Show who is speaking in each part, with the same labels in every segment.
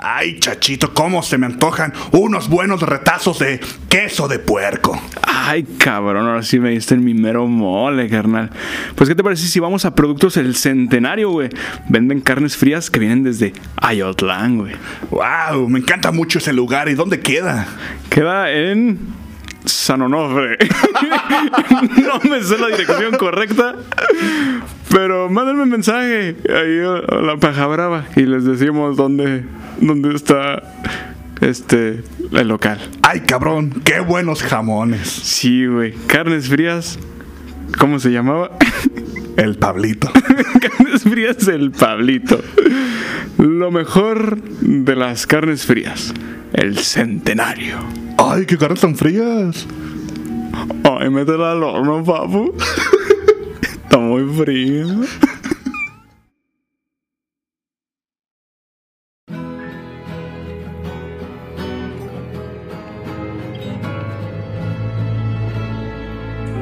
Speaker 1: Ay, chachito, cómo se me antojan unos buenos retazos de queso de puerco.
Speaker 2: Ay, cabrón, ahora sí me diste en mi mero mole, carnal. Pues, ¿qué te parece si vamos a Productos El Centenario, güey? Venden carnes frías que vienen desde Ayotlán, güey.
Speaker 1: Wow, me encanta mucho ese lugar. ¿Y dónde queda?
Speaker 2: Queda en... San Onofre. no me sé la dirección correcta, pero mándenme un mensaje ahí a la paja brava y les decimos dónde, dónde está este el local.
Speaker 1: Ay, cabrón, qué buenos jamones.
Speaker 2: Sí, güey. Carnes frías. ¿Cómo se llamaba?
Speaker 1: El Pablito.
Speaker 2: carnes frías el Pablito. Lo mejor de las carnes frías. El centenario.
Speaker 1: Ay, qué caras tan frías.
Speaker 2: Ay, métela al horno, papu. Está muy frío.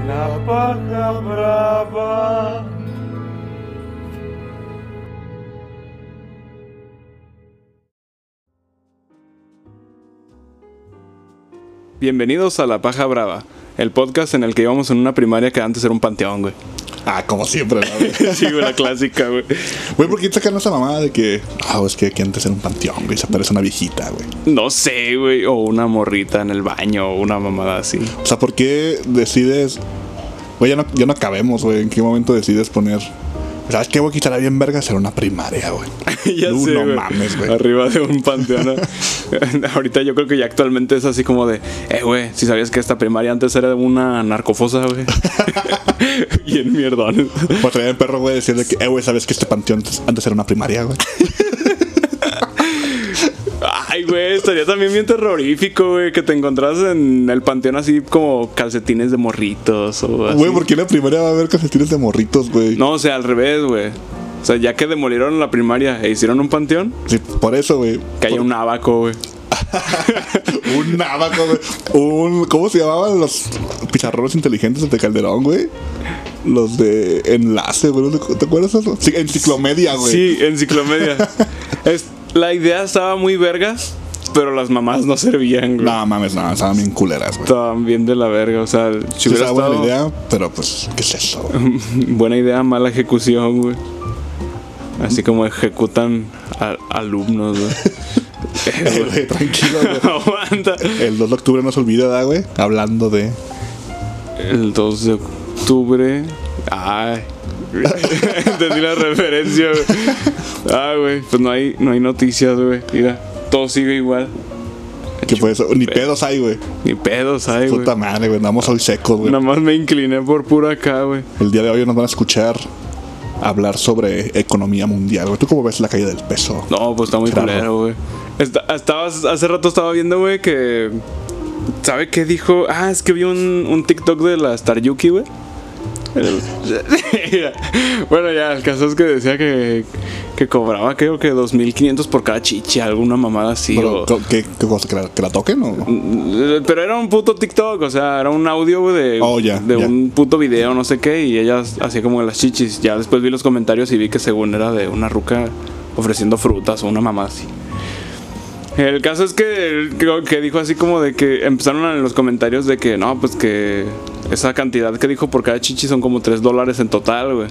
Speaker 3: La paja brava.
Speaker 2: Bienvenidos a La Paja Brava, el podcast en el que íbamos en una primaria que antes era un panteón, güey.
Speaker 1: Ah, como siempre, ¿no, güey?
Speaker 2: Sí, güey, la clásica, güey.
Speaker 1: Güey, ¿por qué sacan esa mamada de que, ah, es que aquí antes era un panteón, güey, se aparece una viejita, güey?
Speaker 2: No sé, güey, o una morrita en el baño, o una mamada así.
Speaker 1: O sea, ¿por qué decides, güey, ya no, ya no acabemos, güey, en qué momento decides poner, ¿sabes qué, güey? Que estaría bien verga ser una primaria, güey.
Speaker 2: ya
Speaker 1: no,
Speaker 2: sé,
Speaker 1: no
Speaker 2: güey.
Speaker 1: mames, güey.
Speaker 2: Arriba de un panteón. ¿no? Ahorita yo creo que ya actualmente es así como de, eh, güey, si sabías que esta primaria antes era una narcofosa, güey. y en mierdones.
Speaker 1: O traer el perro, güey, decirle que, eh, güey, ¿sabes que este panteón antes, antes era una primaria, güey?
Speaker 2: Ay, güey, estaría también bien terrorífico, güey, que te encontraras en el panteón así como calcetines de morritos o así.
Speaker 1: Güey, ¿por qué en la primaria va a haber calcetines de morritos, güey?
Speaker 2: Ah, No, o sea, al revés, güey. O sea, ya que demolieron la primaria e hicieron un panteón,
Speaker 1: Sí, por eso, güey.
Speaker 2: que haya un abaco, güey.
Speaker 1: Un abaco, güey. Un. ¿Cómo se llamaban los pizarrones inteligentes de Calderón, güey? Los de enlace, güey. ¿No te- ¿Te acuerdas de eso? Sí, enciclomedia, güey.
Speaker 2: Sí, enciclomedia. es, la idea estaba muy vergas, pero las mamás no servían, güey.
Speaker 1: No mames, no, estaban bien culeras, güey.
Speaker 2: Estaban bien de la verga, o sea, si
Speaker 1: Sí,
Speaker 2: hubiera
Speaker 1: estaba buena la
Speaker 2: estado-
Speaker 1: idea, pero pues, ¿qué es eso? güey?
Speaker 2: Buena idea, mala ejecución, güey. Así como ejecutan a- alumnos, güey.
Speaker 1: Eh, güey, tranquilo, güey.
Speaker 2: Aguanta.
Speaker 1: El 2 de octubre no se olvida, ¿verdad, güey. Hablando de.
Speaker 2: El 2 de octubre. Ay. Entendí la referencia, güey. Ah, güey. Pues no hay, no hay noticias, güey. Mira, todo sigue igual.
Speaker 1: ¿Qué fue eso? Ni pedos hay, güey.
Speaker 2: Ni pedos hay, güey.
Speaker 1: Puta madre, güey. Andamos hoy secos, güey.
Speaker 2: Nada más me incliné por pura acá, güey.
Speaker 1: El día de hoy nos van a escuchar hablar sobre economía mundial, güey. ¿Tú cómo ves la caída del peso?
Speaker 2: No, pues está muy
Speaker 1: Claro.
Speaker 2: culero, güey. Está- estaba- hace rato estaba viendo, güey, que. ¿Sabe qué dijo? Ah, es que vi un, un TikTok de la Star Yuki, güey. El- bueno, ya, el caso es que decía que, que cobraba, creo que 2.500 por cada chichi, alguna mamada así.
Speaker 1: Pero,
Speaker 2: o-
Speaker 1: ¿qué, qué cosa? ¿Que la, que la toquen o.?
Speaker 2: Pero era un puto TikTok, o sea, era un audio güey, de,
Speaker 1: Oh, ya,
Speaker 2: de
Speaker 1: ya.
Speaker 2: un puto video, no sé qué, y ella hacía como las chichis. Ya después vi los comentarios y vi que según era de una ruca ofreciendo frutas o una mamá así. El caso es que, el- creo que dijo así como de que empezaron en los comentarios de que no, pues que esa cantidad que dijo por cada chichi son como 3 dólares en total, güey.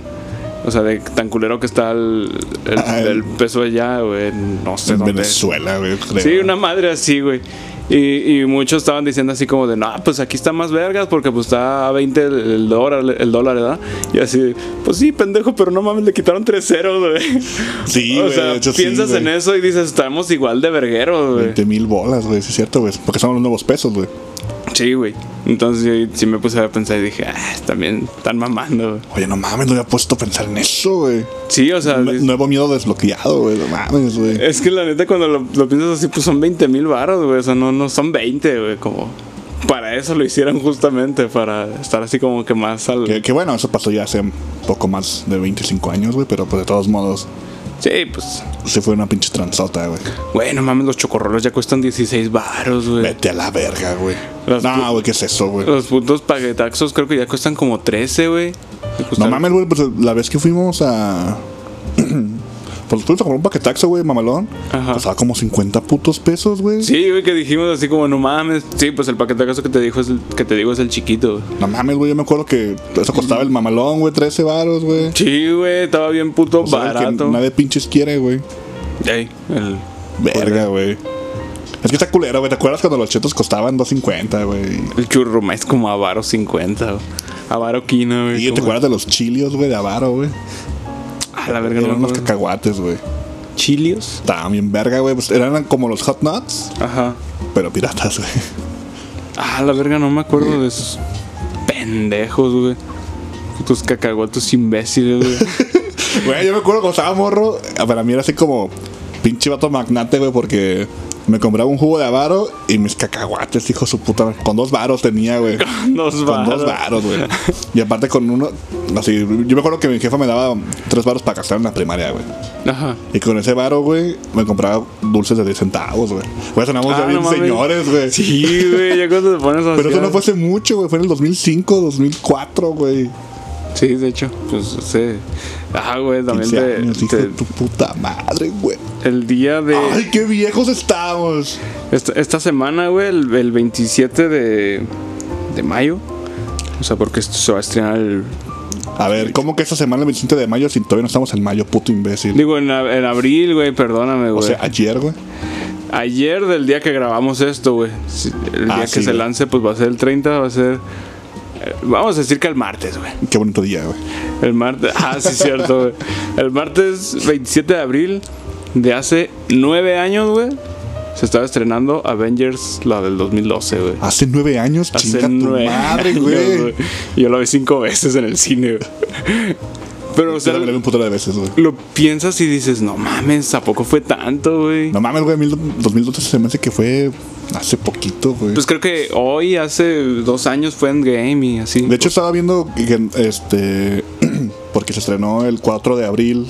Speaker 2: O sea, de tan culero que está el, el-
Speaker 1: Ah, el-
Speaker 2: el peso allá, güey. No sé
Speaker 1: En
Speaker 2: dónde.
Speaker 1: Venezuela, güey. creo.
Speaker 2: Sí, una madre así, güey. Y, y muchos estaban diciendo así como de, no, pues aquí está más vergas porque pues está a 20 el, el dólar, el dólar, ¿verdad? Y así, pues sí, pendejo, pero no mames, le quitaron 3 ceros, güey.
Speaker 1: Sí,
Speaker 2: o
Speaker 1: güey,
Speaker 2: sea,
Speaker 1: de hecho, sí,
Speaker 2: piensas en
Speaker 1: güey.
Speaker 2: eso y dices, estamos igual de vergueros, güey.
Speaker 1: 20 mil bolas, güey, sí es cierto, güey. Porque son los nuevos pesos, güey.
Speaker 2: Sí, güey. Entonces sí, sí me puse a pensar y dije, ah, también están mamando, güey.
Speaker 1: Oye, no mames, no había puesto a pensar en eso, güey.
Speaker 2: Ah, Sí, Eh, o sea,
Speaker 1: Me-
Speaker 2: dices-
Speaker 1: Nuevo miedo desbloqueado, güey. No mames, güey.
Speaker 2: es que la neta cuando lo, lo piensas así, pues son 20 mil baros, güey. O sea, no, no son 20, güey, como... Para eso lo hicieron justamente, para estar así como que más al...
Speaker 1: Que, que bueno, eso pasó ya hace poco más de 25 años, güey. Pero pues de todos modos,
Speaker 2: Sí, pues.
Speaker 1: se fue una pinche transota, güey.
Speaker 2: Güey, no mames, los chocorrolos ya cuestan 16 baros, güey.
Speaker 1: Vete a la verga, güey.
Speaker 2: Las-
Speaker 1: No, güey, ¿qué es eso, güey?
Speaker 2: Los putos paguetaxos creo que ya cuestan como 13, güey. Me
Speaker 1: No pues,
Speaker 2: costaron-
Speaker 1: mames, güey, pues la vez que fuimos a. Pues tú te compró un paquetaxo, güey, mamalón.
Speaker 2: Ajá.
Speaker 1: Costaba como 50 putos pesos, güey.
Speaker 2: Sí, güey, que dijimos así como, no mames. Sí, pues el paquetacaso que te dijo es el, que te digo es el chiquito. güey.
Speaker 1: No mames, güey, yo me acuerdo que eso costaba el mamalón, güey, 13 varos, güey.
Speaker 2: Sí, güey, estaba bien puto
Speaker 1: O sea, el que
Speaker 2: barato.
Speaker 1: nadie pinches quiere, güey.
Speaker 2: Ey, el-
Speaker 1: Verga, güey. Es que está culero, güey. ¿Te acuerdas cuando los chetos costaban 2.50, güey?
Speaker 2: el churro más como avaro 50, güey. Avaro quino, güey.
Speaker 1: Y te
Speaker 2: como-
Speaker 1: acuerdas de los chilios, güey, de Avaro, güey.
Speaker 2: A la verga,
Speaker 1: Eran
Speaker 2: no me
Speaker 1: unos
Speaker 2: acuerdo.
Speaker 1: cacahuates, güey.
Speaker 2: Chilios.
Speaker 1: Estaban bien verga, güey. Pues eran como los hot nuts,
Speaker 2: Ajá.
Speaker 1: pero piratas, güey.
Speaker 2: Ah, la verga, no me acuerdo de esos pendejos, güey. Tus cacahuatos imbéciles, güey.
Speaker 1: Güey, yo me acuerdo cuando estaba morro. Para mí era así como pinche vato magnate, güey, porque me compraba un jugo de Avaro y mis cacahuates, hijo de su puta. Con dos varos tenía, güey.
Speaker 2: Dos
Speaker 1: Con
Speaker 2: varos.
Speaker 1: dos varos, güey. Y aparte con uno, así, yo me acuerdo que mi jefa me daba tres varos para gastar en la primaria, güey.
Speaker 2: Ajá.
Speaker 1: Y con ese varo, güey, me compraba dulces de 10 centavos, güey. Güey, sonamos
Speaker 2: Ah,
Speaker 1: ya bien
Speaker 2: no mames.
Speaker 1: señores, güey.
Speaker 2: Sí, güey, ya cuando te pones así.
Speaker 1: Pero eso no fue hace mucho, güey. Fue en el 2005, 2004, güey.
Speaker 2: Sí, de hecho, pues sí. Ah, güey, también
Speaker 1: 15
Speaker 2: te-
Speaker 1: años, hijo
Speaker 2: te-
Speaker 1: de tu puta madre, güey.
Speaker 2: el día de.
Speaker 1: Ay, qué viejos estamos.
Speaker 2: Esta, esta semana, güey, el, el 27 de, de mayo. O sea, porque esto se va a estrenar el.
Speaker 1: A ver, ¿cómo que esta semana, el 27 de mayo, si todavía no estamos en mayo, puto imbécil?
Speaker 2: Digo, en, a- en abril, güey, perdóname,
Speaker 1: O
Speaker 2: güey.
Speaker 1: sea, ayer, güey.
Speaker 2: Ayer del día que grabamos esto, güey. Si- El
Speaker 1: Ah,
Speaker 2: día
Speaker 1: sí,
Speaker 2: que se
Speaker 1: güey.
Speaker 2: lance, pues va a ser el 30, va a ser. eh, Vamos a decir que el martes, güey.
Speaker 1: Qué bonito día, güey.
Speaker 2: El martes. Ah, sí, cierto, güey. El martes 27 de abril de hace nueve años, güey. Se estaba estrenando Avengers, la del 2012, güey.
Speaker 1: Hace nueve años,
Speaker 2: Hace
Speaker 1: Ah, chinga tu
Speaker 2: nueve
Speaker 1: madre,
Speaker 2: años,
Speaker 1: güey.
Speaker 2: Yo la vi cinco veces en el cine, güey. Pero, o
Speaker 1: Yo
Speaker 2: sea,
Speaker 1: también la vi un puto de veces, güey.
Speaker 2: lo piensas y dices, no mames, ¿a poco fue tanto, güey?
Speaker 1: No mames, güey, mil- 2012 se me hace que fue hace poquito, güey.
Speaker 2: Pues creo que hoy, hace dos años, fue Endgame y así.
Speaker 1: De hecho, estaba viendo que, este. Porque se estrenó el 4 de abril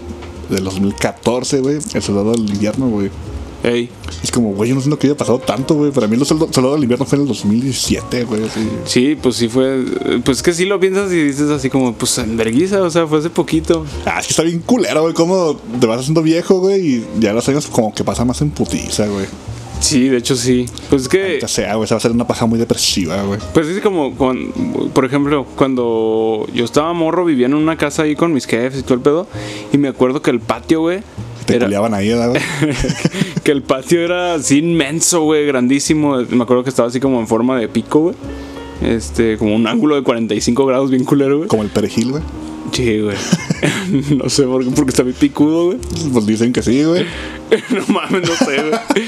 Speaker 1: del 2014, güey. El soldado del invierno, güey.
Speaker 2: Ey,
Speaker 1: Es como, güey, yo no sé lo que haya pasado tanto, güey. Para mí, el soldo- soldado del invierno fue en el 2017, güey. así.
Speaker 2: sí, pues sí fue. Pues que sí lo piensas y dices así como, pues en verguiza, o sea, fue hace poquito.
Speaker 1: Ah, es que está bien culero, güey. Cómo te vas haciendo viejo, güey. Y ya los años como que pasan más en putiza, güey.
Speaker 2: Sí, de hecho sí. Pues es que.
Speaker 1: Ya sea, güey. Se va a hacer una paja muy depresiva, güey.
Speaker 2: Pues es como, cuan- por ejemplo, cuando yo estaba morro, vivía en una casa ahí con mis jefes y todo el pedo. Y me acuerdo que el patio, güey,
Speaker 1: Te
Speaker 2: era,
Speaker 1: culiaban ahí, ¿verdad, güey.
Speaker 2: que el patio era así inmenso, güey, grandísimo. Me acuerdo que estaba así como en forma de pico, güey. Este, como un ángulo de 45 grados bien culero, güey.
Speaker 1: Como el perejil, güey.
Speaker 2: Sí, güey. no sé por qué, porque está bien picudo, güey.
Speaker 1: Pues dicen que sí, güey.
Speaker 2: no mames, no sé, güey.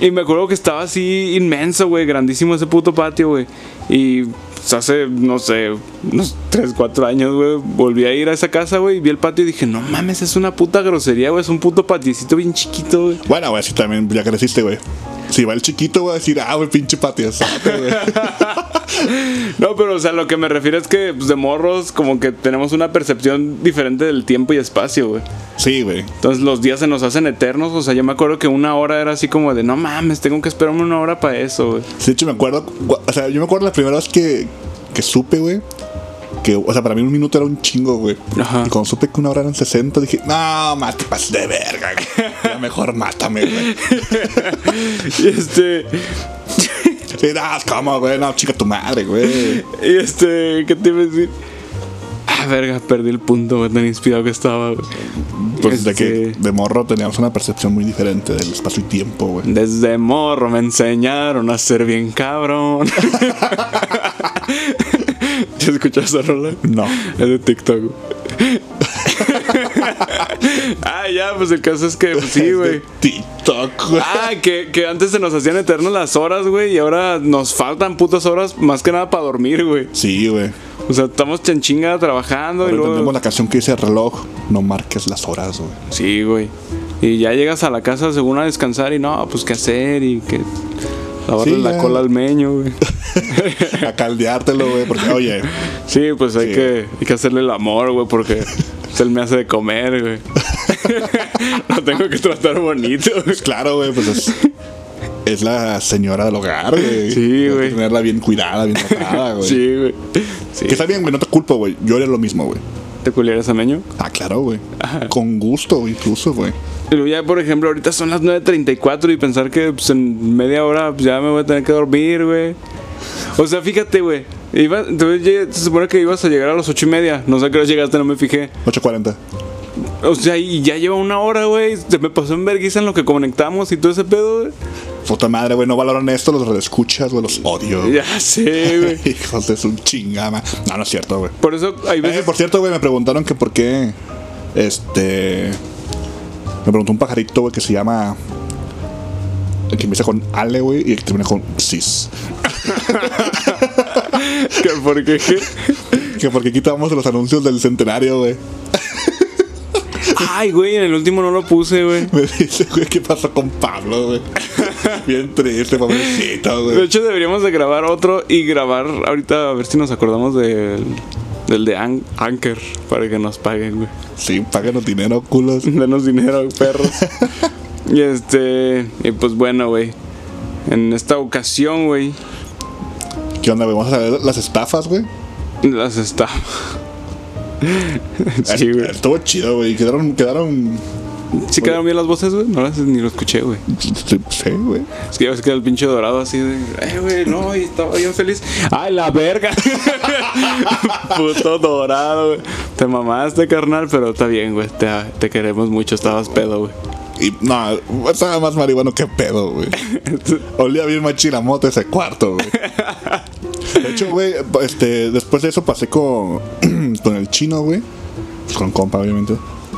Speaker 2: Y me acuerdo que estaba así inmenso, güey, grandísimo ese puto patio, güey. Y pues, hace, no sé, unos 3, 4 años, güey, volví a ir a esa casa, güey, y vi el patio y dije, no mames, es una puta grosería, güey, es un puto patiecito bien chiquito, güey.
Speaker 1: Bueno, güey, si también ya creciste, güey. Si va el chiquito, va a decir, ah, güey, pinche patiazote, güey.
Speaker 2: No, pero o sea, lo que me refiero es que pues, de morros como que tenemos una percepción diferente del tiempo y espacio, güey.
Speaker 1: Sí, güey.
Speaker 2: Entonces los días se nos hacen eternos, o sea, yo me acuerdo que una hora era así como de, no mames, tengo que esperarme una hora para eso, güey.
Speaker 1: Sí, de hecho, me acuerdo. gu- O sea, yo me acuerdo la primera vez que, que supe, güey. Que, o sea, para mí un minuto era un chingo, güey.
Speaker 2: Ajá.
Speaker 1: Y cuando supe que una hora eran 60, dije, no, mate, pas de verga, güey. Ya mejor mátame, güey.
Speaker 2: Y este,
Speaker 1: Sí, no, ¿cómo, güey? No, chica, tu madre, güey.
Speaker 2: Y este, ¿qué te iba a decir? Ah, verga, perdí el punto, güey, tan inspirado que estaba, güey.
Speaker 1: Pues de
Speaker 2: Este,
Speaker 1: que de morro teníamos una percepción muy diferente del espacio y tiempo, güey.
Speaker 2: Desde morro me enseñaron a ser bien cabrón. ¿Ya escuchaste esa rola?
Speaker 1: No.
Speaker 2: Es de TikTok. güey. ah, ya, pues el caso es que, pues, sí, güey.
Speaker 1: Este, TikTok, güey.
Speaker 2: Ah, que, que antes se nos hacían eternas las horas, güey, y ahora nos faltan putas horas más que nada para dormir, güey.
Speaker 1: Sí, güey.
Speaker 2: O sea, estamos en chinga trabajando y
Speaker 1: Ahora
Speaker 2: luego...
Speaker 1: entendemos la canción que dice reloj, no marques las horas, güey.
Speaker 2: Sí, güey. Y ya llegas a la casa según a descansar y no, pues qué hacer y que lavarle
Speaker 1: Sí,
Speaker 2: la
Speaker 1: ya.
Speaker 2: cola al meño, güey.
Speaker 1: A caldeártelo, güey, porque oye,
Speaker 2: Sí, pues hay,
Speaker 1: Sí.
Speaker 2: que, hay que hacerle el amor, güey, porque pues, él me hace de comer, güey. Lo tengo que tratar bonito, güey.
Speaker 1: pues claro, güey, pues es, es la señora del hogar, güey.
Speaker 2: Sí,
Speaker 1: Tienes que
Speaker 2: güey.
Speaker 1: Tenerla bien cuidada, bien tratada, Ah, güey.
Speaker 2: Sí, güey. Sí.
Speaker 1: Que está bien, güey, no te culpo, güey. Yo era lo mismo, güey.
Speaker 2: ¿Te culiarías a Meño?
Speaker 1: Ah, claro, güey. Con gusto, incluso, güey.
Speaker 2: Pero ya, por ejemplo, ahorita son las 9.34 y pensar que pues, en media hora pues, ya me voy a tener que dormir, güey. O sea, fíjate, güey. Iba- tú lle- Se supone que ibas a llegar a las 8 y media. No sé a qué hora llegaste, no me fijé.
Speaker 1: 8.40.
Speaker 2: O sea, y ya lleva una hora, güey. Se me pasó en vergüenza en lo que conectamos y todo ese pedo, güey.
Speaker 1: Puta madre, güey. No valoran esto, los redescuchas, güey. Los odio.
Speaker 2: Ya sé, güey.
Speaker 1: Hijos de su chingama. No, no es cierto, güey.
Speaker 2: Por eso hay
Speaker 1: Eh,
Speaker 2: veces.
Speaker 1: por cierto, güey, me preguntaron que por qué. Este. Me preguntó un pajarito, güey, que se llama. Que empieza con Ale, güey, y que termina con Sis.
Speaker 2: que porque ¿qué?
Speaker 1: Que porque quitamos los anuncios del centenario, güey.
Speaker 2: Ay, güey, en el último no lo puse, güey.
Speaker 1: Me dice, güey, ¿qué pasó con Pablo, güey? Bien triste, pobrecito,
Speaker 2: De
Speaker 1: güey.
Speaker 2: hecho, deberíamos de grabar otro y grabar ahorita a ver si nos acordamos del, del de An- Anchor para que nos paguen, güey.
Speaker 1: Sí, páganos dinero, culos.
Speaker 2: Danos dinero, perros. y este, y pues bueno, güey. En esta ocasión, güey,
Speaker 1: ¿Qué onda, güey? Vamos a ver las estafas, güey.
Speaker 2: las está. sí, güey.
Speaker 1: Estuvo chido, güey. Quedaron, quedaron.
Speaker 2: ¿Sí quedaron bien las voces, güey? No las ni lo escuché, güey.
Speaker 1: Sí, güey.
Speaker 2: Es que ya ves que era el pinche dorado así de, eh, güey, no, y estaba bien feliz. ¡Ay, la verga! Puto dorado, güey. Te mamaste, carnal, pero está bien, güey. Te, te queremos mucho, estabas pedo, güey.
Speaker 1: Y no, estaba más marihuano que pedo, güey. Olía bien machilamote ese cuarto, güey. De hecho, güey, este, después de eso pasé con, con el chino, güey. Pues con compa, obviamente.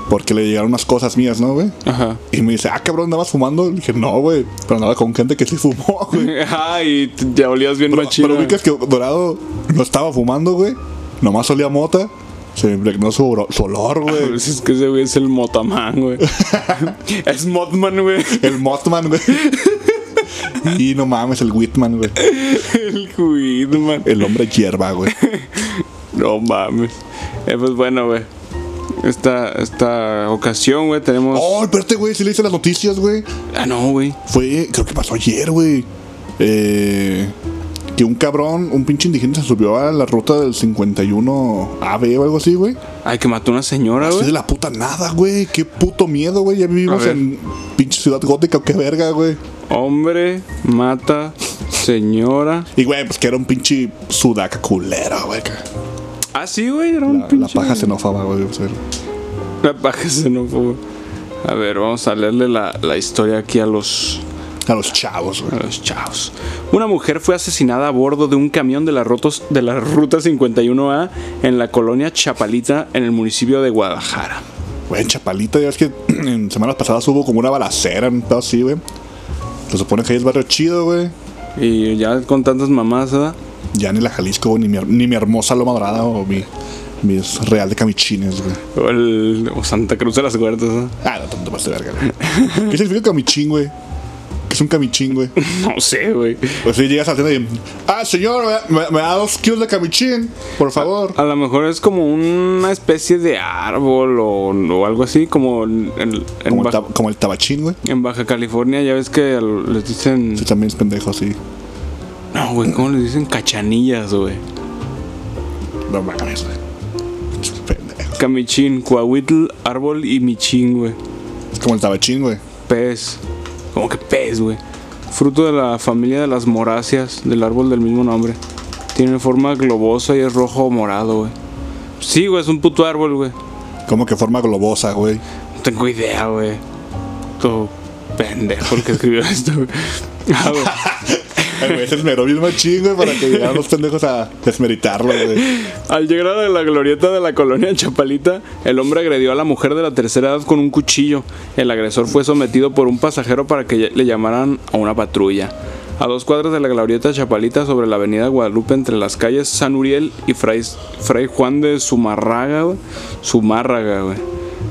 Speaker 1: Porque le llegaron unas cosas mías, ¿no, güey?
Speaker 2: Ajá.
Speaker 1: Y me dice, ah, cabrón, ¿andabas fumando? Le dije, no, güey. Pero andaba con gente que sí fumó, güey.
Speaker 2: Ay, t- ya olías bien
Speaker 1: Pero,
Speaker 2: machino.
Speaker 1: pero ubicas que Dorado no estaba fumando, güey. Nomás olía mota. Se impregnó su, oro- su olor, güey.
Speaker 2: es que ese güey es el motamán, güey. es Motman, güey.
Speaker 1: El Mothman, güey. Y no mames, el Whitman, güey.
Speaker 2: El Huidman.
Speaker 1: El hombre hierba, güey.
Speaker 2: No mames. Eh, pues bueno, güey. Esta, esta ocasión, güey, tenemos.
Speaker 1: Oh, espérate, güey, si le hice las noticias, güey.
Speaker 2: Ah, no, güey.
Speaker 1: Fue, creo que pasó ayer, güey. Eh, que un cabrón, un pinche indigente se subió a la ruta del 51 AB o algo así, güey.
Speaker 2: Ay, que mató una señora,
Speaker 1: Así de
Speaker 2: güey.
Speaker 1: la puta nada, güey. Qué puto miedo, güey. Ya vivimos
Speaker 2: A ver.
Speaker 1: en pinche ciudad gótica, qué verga, güey.
Speaker 2: Hombre mata señora.
Speaker 1: Y, güey, pues que era un pinche sudaca culera, güey. que
Speaker 2: Ah, sí, güey, era un
Speaker 1: La, la
Speaker 2: pinche.
Speaker 1: paja xenófoba, güey. o sea,
Speaker 2: La paja se no fue. A ver, vamos a leerle la, la historia aquí a los,
Speaker 1: A los chavos, güey.
Speaker 2: a los chavos. Una mujer fue asesinada a bordo de un camión de la, rotos, de la ruta 51A en la colonia Chapalita, en el municipio de Guadalajara.
Speaker 1: Güey, en Chapalita, ya es que en semanas pasadas hubo como una balacera, un pedo así, güey. Se supone que ahí es barrio chido, güey.
Speaker 2: Y ya con tantas mamás, ¿verdad?
Speaker 1: Ya ni la Jalisco, güey, ni mi, ni mi hermosa Loma Dorada o mi, mi Real de Camichines, güey.
Speaker 2: O, el, o Santa Cruz de las Huertas, ¿verdad?
Speaker 1: Ah, no, tanto más de verga, güey. ¿Qué significa camichín, güey? ¿Qué es un camichín, güey?
Speaker 2: No sé, güey.
Speaker 1: O si llegas a la tienda y... Ah, señor, me, me- me da dos kilos de camichín, por favor.
Speaker 2: A lo mejor es como una especie de árbol o, o algo así, como en, en- en
Speaker 1: Como el,
Speaker 2: Baja,
Speaker 1: tab- como el tabachín, güey.
Speaker 2: en Baja California, ya ves que al- les dicen...
Speaker 1: Sí, también es pendejo, sí.
Speaker 2: No, güey, ¿cómo les dicen? Cachanillas, güey.
Speaker 1: No mames, güey. Es pendejo.
Speaker 2: Camichín, coahuitl, árbol y michín, güey.
Speaker 1: Es como el tabachín, güey.
Speaker 2: Pez. Como que pez, güey. Fruto de la familia de las moráceas, del árbol del mismo nombre. Tiene forma globosa y es rojo o morado, güey. Sí, güey, es un puto árbol, güey.
Speaker 1: Como que forma globosa, güey.
Speaker 2: No tengo idea, güey. Todo pendejo el que escribió esto, güey. Ah, güey.
Speaker 1: Ay, güey, se esmeró bien machín, güey, para que llegaran los pendejos a desmeritarlo, güey.
Speaker 2: Al llegar a la glorieta de la colonia Chapalita, el hombre agredió a la mujer de la tercera edad con un cuchillo. El agresor fue sometido por un pasajero para que le llamaran a una patrulla. A dos cuadras de la glorieta Chapalita, sobre la avenida Guadalupe, entre las calles San Uriel y Fray, Fray Juan de Sumarraga, güey, Zumárraga, güey,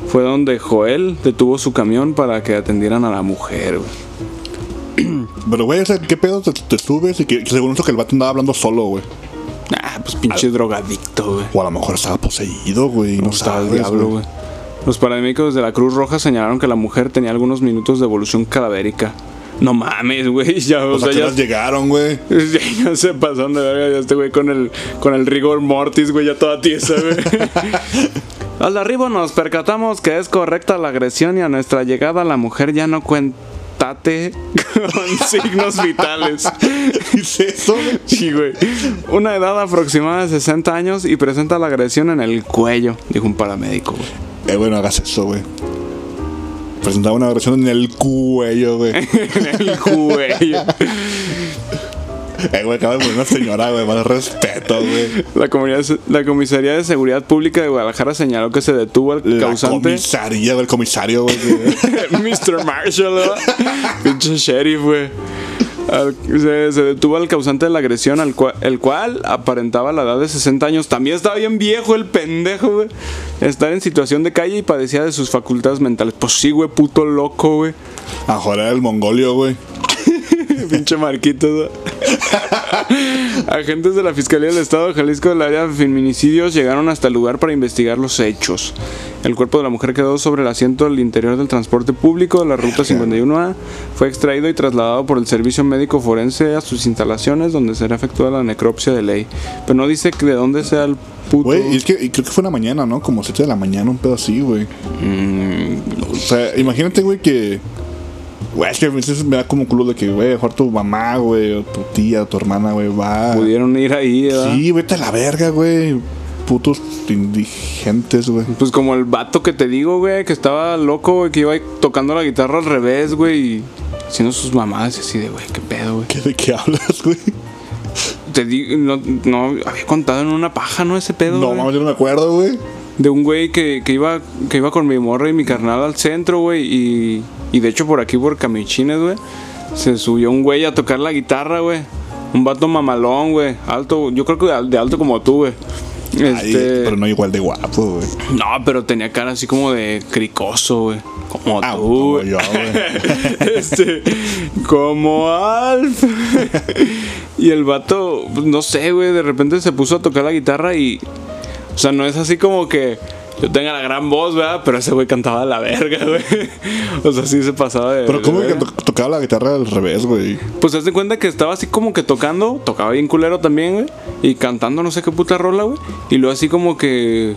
Speaker 2: fue donde Joel detuvo su camión para que atendieran a la mujer, güey.
Speaker 1: Pero, güey, o sea, ¿qué pedo te, te subes? Y que según eso que el vato andaba hablando solo, güey.
Speaker 2: Ah, pues pinche drogadicto, güey.
Speaker 1: O a lo mejor estaba poseído, güey. y No
Speaker 2: Estaba
Speaker 1: estaba
Speaker 2: el diablo, Ah, pues, güey. Los paramédicos de la Cruz Roja señalaron que la mujer tenía algunos minutos de evolución cadavérica. No mames, güey. Ya, o
Speaker 1: Los
Speaker 2: sea, ya,
Speaker 1: vaqueros llegaron, güey.
Speaker 2: ya se pasaron de verga. Ya este güey con el, con el rigor mortis, güey, ya toda tiesa, güey. Al de arriba nos percatamos que es correcta la agresión y a nuestra llegada la mujer ya no cuentate con signos vitales.
Speaker 1: Dice eso, güey.
Speaker 2: Sí, güey. Una edad aproximada de 60 años y presenta la agresión en el cuello, dijo un paramédico, güey.
Speaker 1: Eh, bueno, hagas eso, güey. Presentaba una agresión en el cuello, güey.
Speaker 2: En el cuello.
Speaker 1: Eh, güey, acaba de morir una señora, güey. Más respeto, güey.
Speaker 2: La, comunidad- la Comisaría de Seguridad Pública de Guadalajara señaló que se detuvo al
Speaker 1: La
Speaker 2: causante.
Speaker 1: comisaría, güey. El comisario, güey. que-
Speaker 2: Mr. Marshall, ¿verdad? pinche sheriff, güey. Al- Se, se detuvo al causante de la agresión, al cua- el cual aparentaba la edad de 60 años. También estaba bien viejo el pendejo, güey. Estar en situación de calle y padecía de sus facultades mentales. Pues sí, güey, puto loco, güey.
Speaker 1: A jorar el mongolio, güey.
Speaker 2: Pinche marquito. ¿no? Agentes de la Fiscalía del Estado de Jalisco del área de feminicidios llegaron hasta el lugar para investigar los hechos. El cuerpo de la mujer quedó sobre el asiento del interior del transporte público de la Ruta 51A. Fue extraído y trasladado por el Servicio Médico Forense a sus instalaciones donde será efectuada la necropsia de ley. Pero no dice que de dónde sea el puto...
Speaker 1: Güey, y es que y creo que fue una mañana, ¿no? Como 7 de la mañana, un pedo así, güey.
Speaker 2: Mm,
Speaker 1: O sea, imagínate, güey, que. Güey, es que a veces me da como culo de que, güey, mejor tu mamá, güey, o tu tía, o tu hermana, güey, va.
Speaker 2: Pudieron ir ahí, ¿verdad?
Speaker 1: Sí, vete a la verga, güey. Putos indigentes, güey.
Speaker 2: Pues como el vato que te digo, güey, que estaba loco, güey, que iba ahí tocando la guitarra al revés, güey, y haciendo sus mamadas y así de, güey, qué pedo, güey.
Speaker 1: ¿Qué- ¿De qué hablas, güey?
Speaker 2: Te digo, no, no, había contado en una paja, ¿no? Ese pedo,
Speaker 1: No,
Speaker 2: güey.
Speaker 1: mames, yo no me acuerdo, güey.
Speaker 2: De un güey que, que iba, que iba con mi morra y mi carnal al centro, güey, y, y de hecho por aquí, por Camichines, güey, se subió un güey a tocar la guitarra, güey. Un vato mamalón, güey, alto, yo creo que de al- de alto como tú, güey. Este,
Speaker 1: Ay, pero no igual de guapo, güey.
Speaker 2: No, pero tenía cara así como de cricoso, güey. Como
Speaker 1: Ah,
Speaker 2: tú,
Speaker 1: como
Speaker 2: güey.
Speaker 1: yo, güey.
Speaker 2: este, como Alf. y el vato, no sé, güey, de repente se puso a tocar la guitarra y. O sea, no es así como que yo tenga la gran voz, ¿verdad? Pero ese güey cantaba a la verga, güey. o sea, sí se pasaba de.
Speaker 1: Pero ¿cómo
Speaker 2: de
Speaker 1: que
Speaker 2: verga.
Speaker 1: to- tocaba la guitarra al revés, güey?
Speaker 2: Pues haz de cuenta que estaba así como que tocando, tocaba bien culero también, güey. Y cantando no sé qué puta rola, güey. Y luego así como que.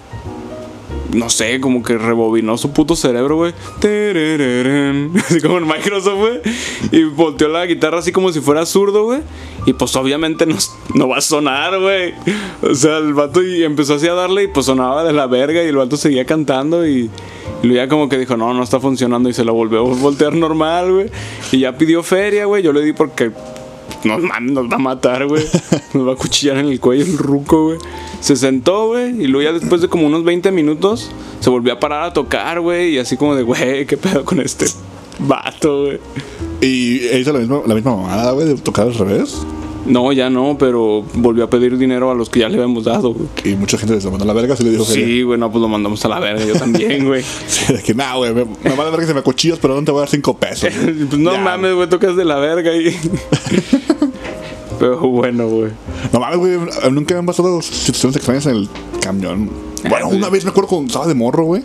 Speaker 2: No sé, como que rebobinó su puto cerebro, güey. Terererén. Así como en Microsoft, güey. Y volteó la guitarra así como si fuera zurdo, güey. Y pues obviamente no, no va a sonar, güey. O sea, el vato y empezó así a darle y pues sonaba de la verga y el vato seguía cantando y... Y luego ya como que dijo, no, no está funcionando y se lo volvió a voltear normal, güey. Y ya pidió feria, güey. Yo le di porque no mames, nos va a matar, güey. Nos va a cuchillar en el cuello el ruco, güey. Se sentó, güey. Y luego ya después de como unos 20 minutos se volvió a parar a tocar, güey. Y así como de, güey, qué pedo con este vato, güey.
Speaker 1: Y hizo la misma, la misma mamada, güey, de tocar al revés.
Speaker 2: No, ya no, pero volvió a pedir dinero a los que ya le habíamos dado, güey.
Speaker 1: Y mucha gente se mandó a la verga, se le dijo que.
Speaker 2: Sí, güey, no, pues lo mandamos a la verga, yo también, güey.
Speaker 1: Sí, de que, nah, güey, me, me manda a la verga que se me cuchillas, pero no te voy a dar cinco pesos. güey".
Speaker 2: Pues no
Speaker 1: Ya,
Speaker 2: mames, güey, tocas de la verga y... pero bueno, güey.
Speaker 1: No mames, güey, eh, nunca me han pasado situaciones extrañas en el camión.
Speaker 2: Ah,
Speaker 1: Bueno, una vez me acuerdo cuando estaba de morro, güey.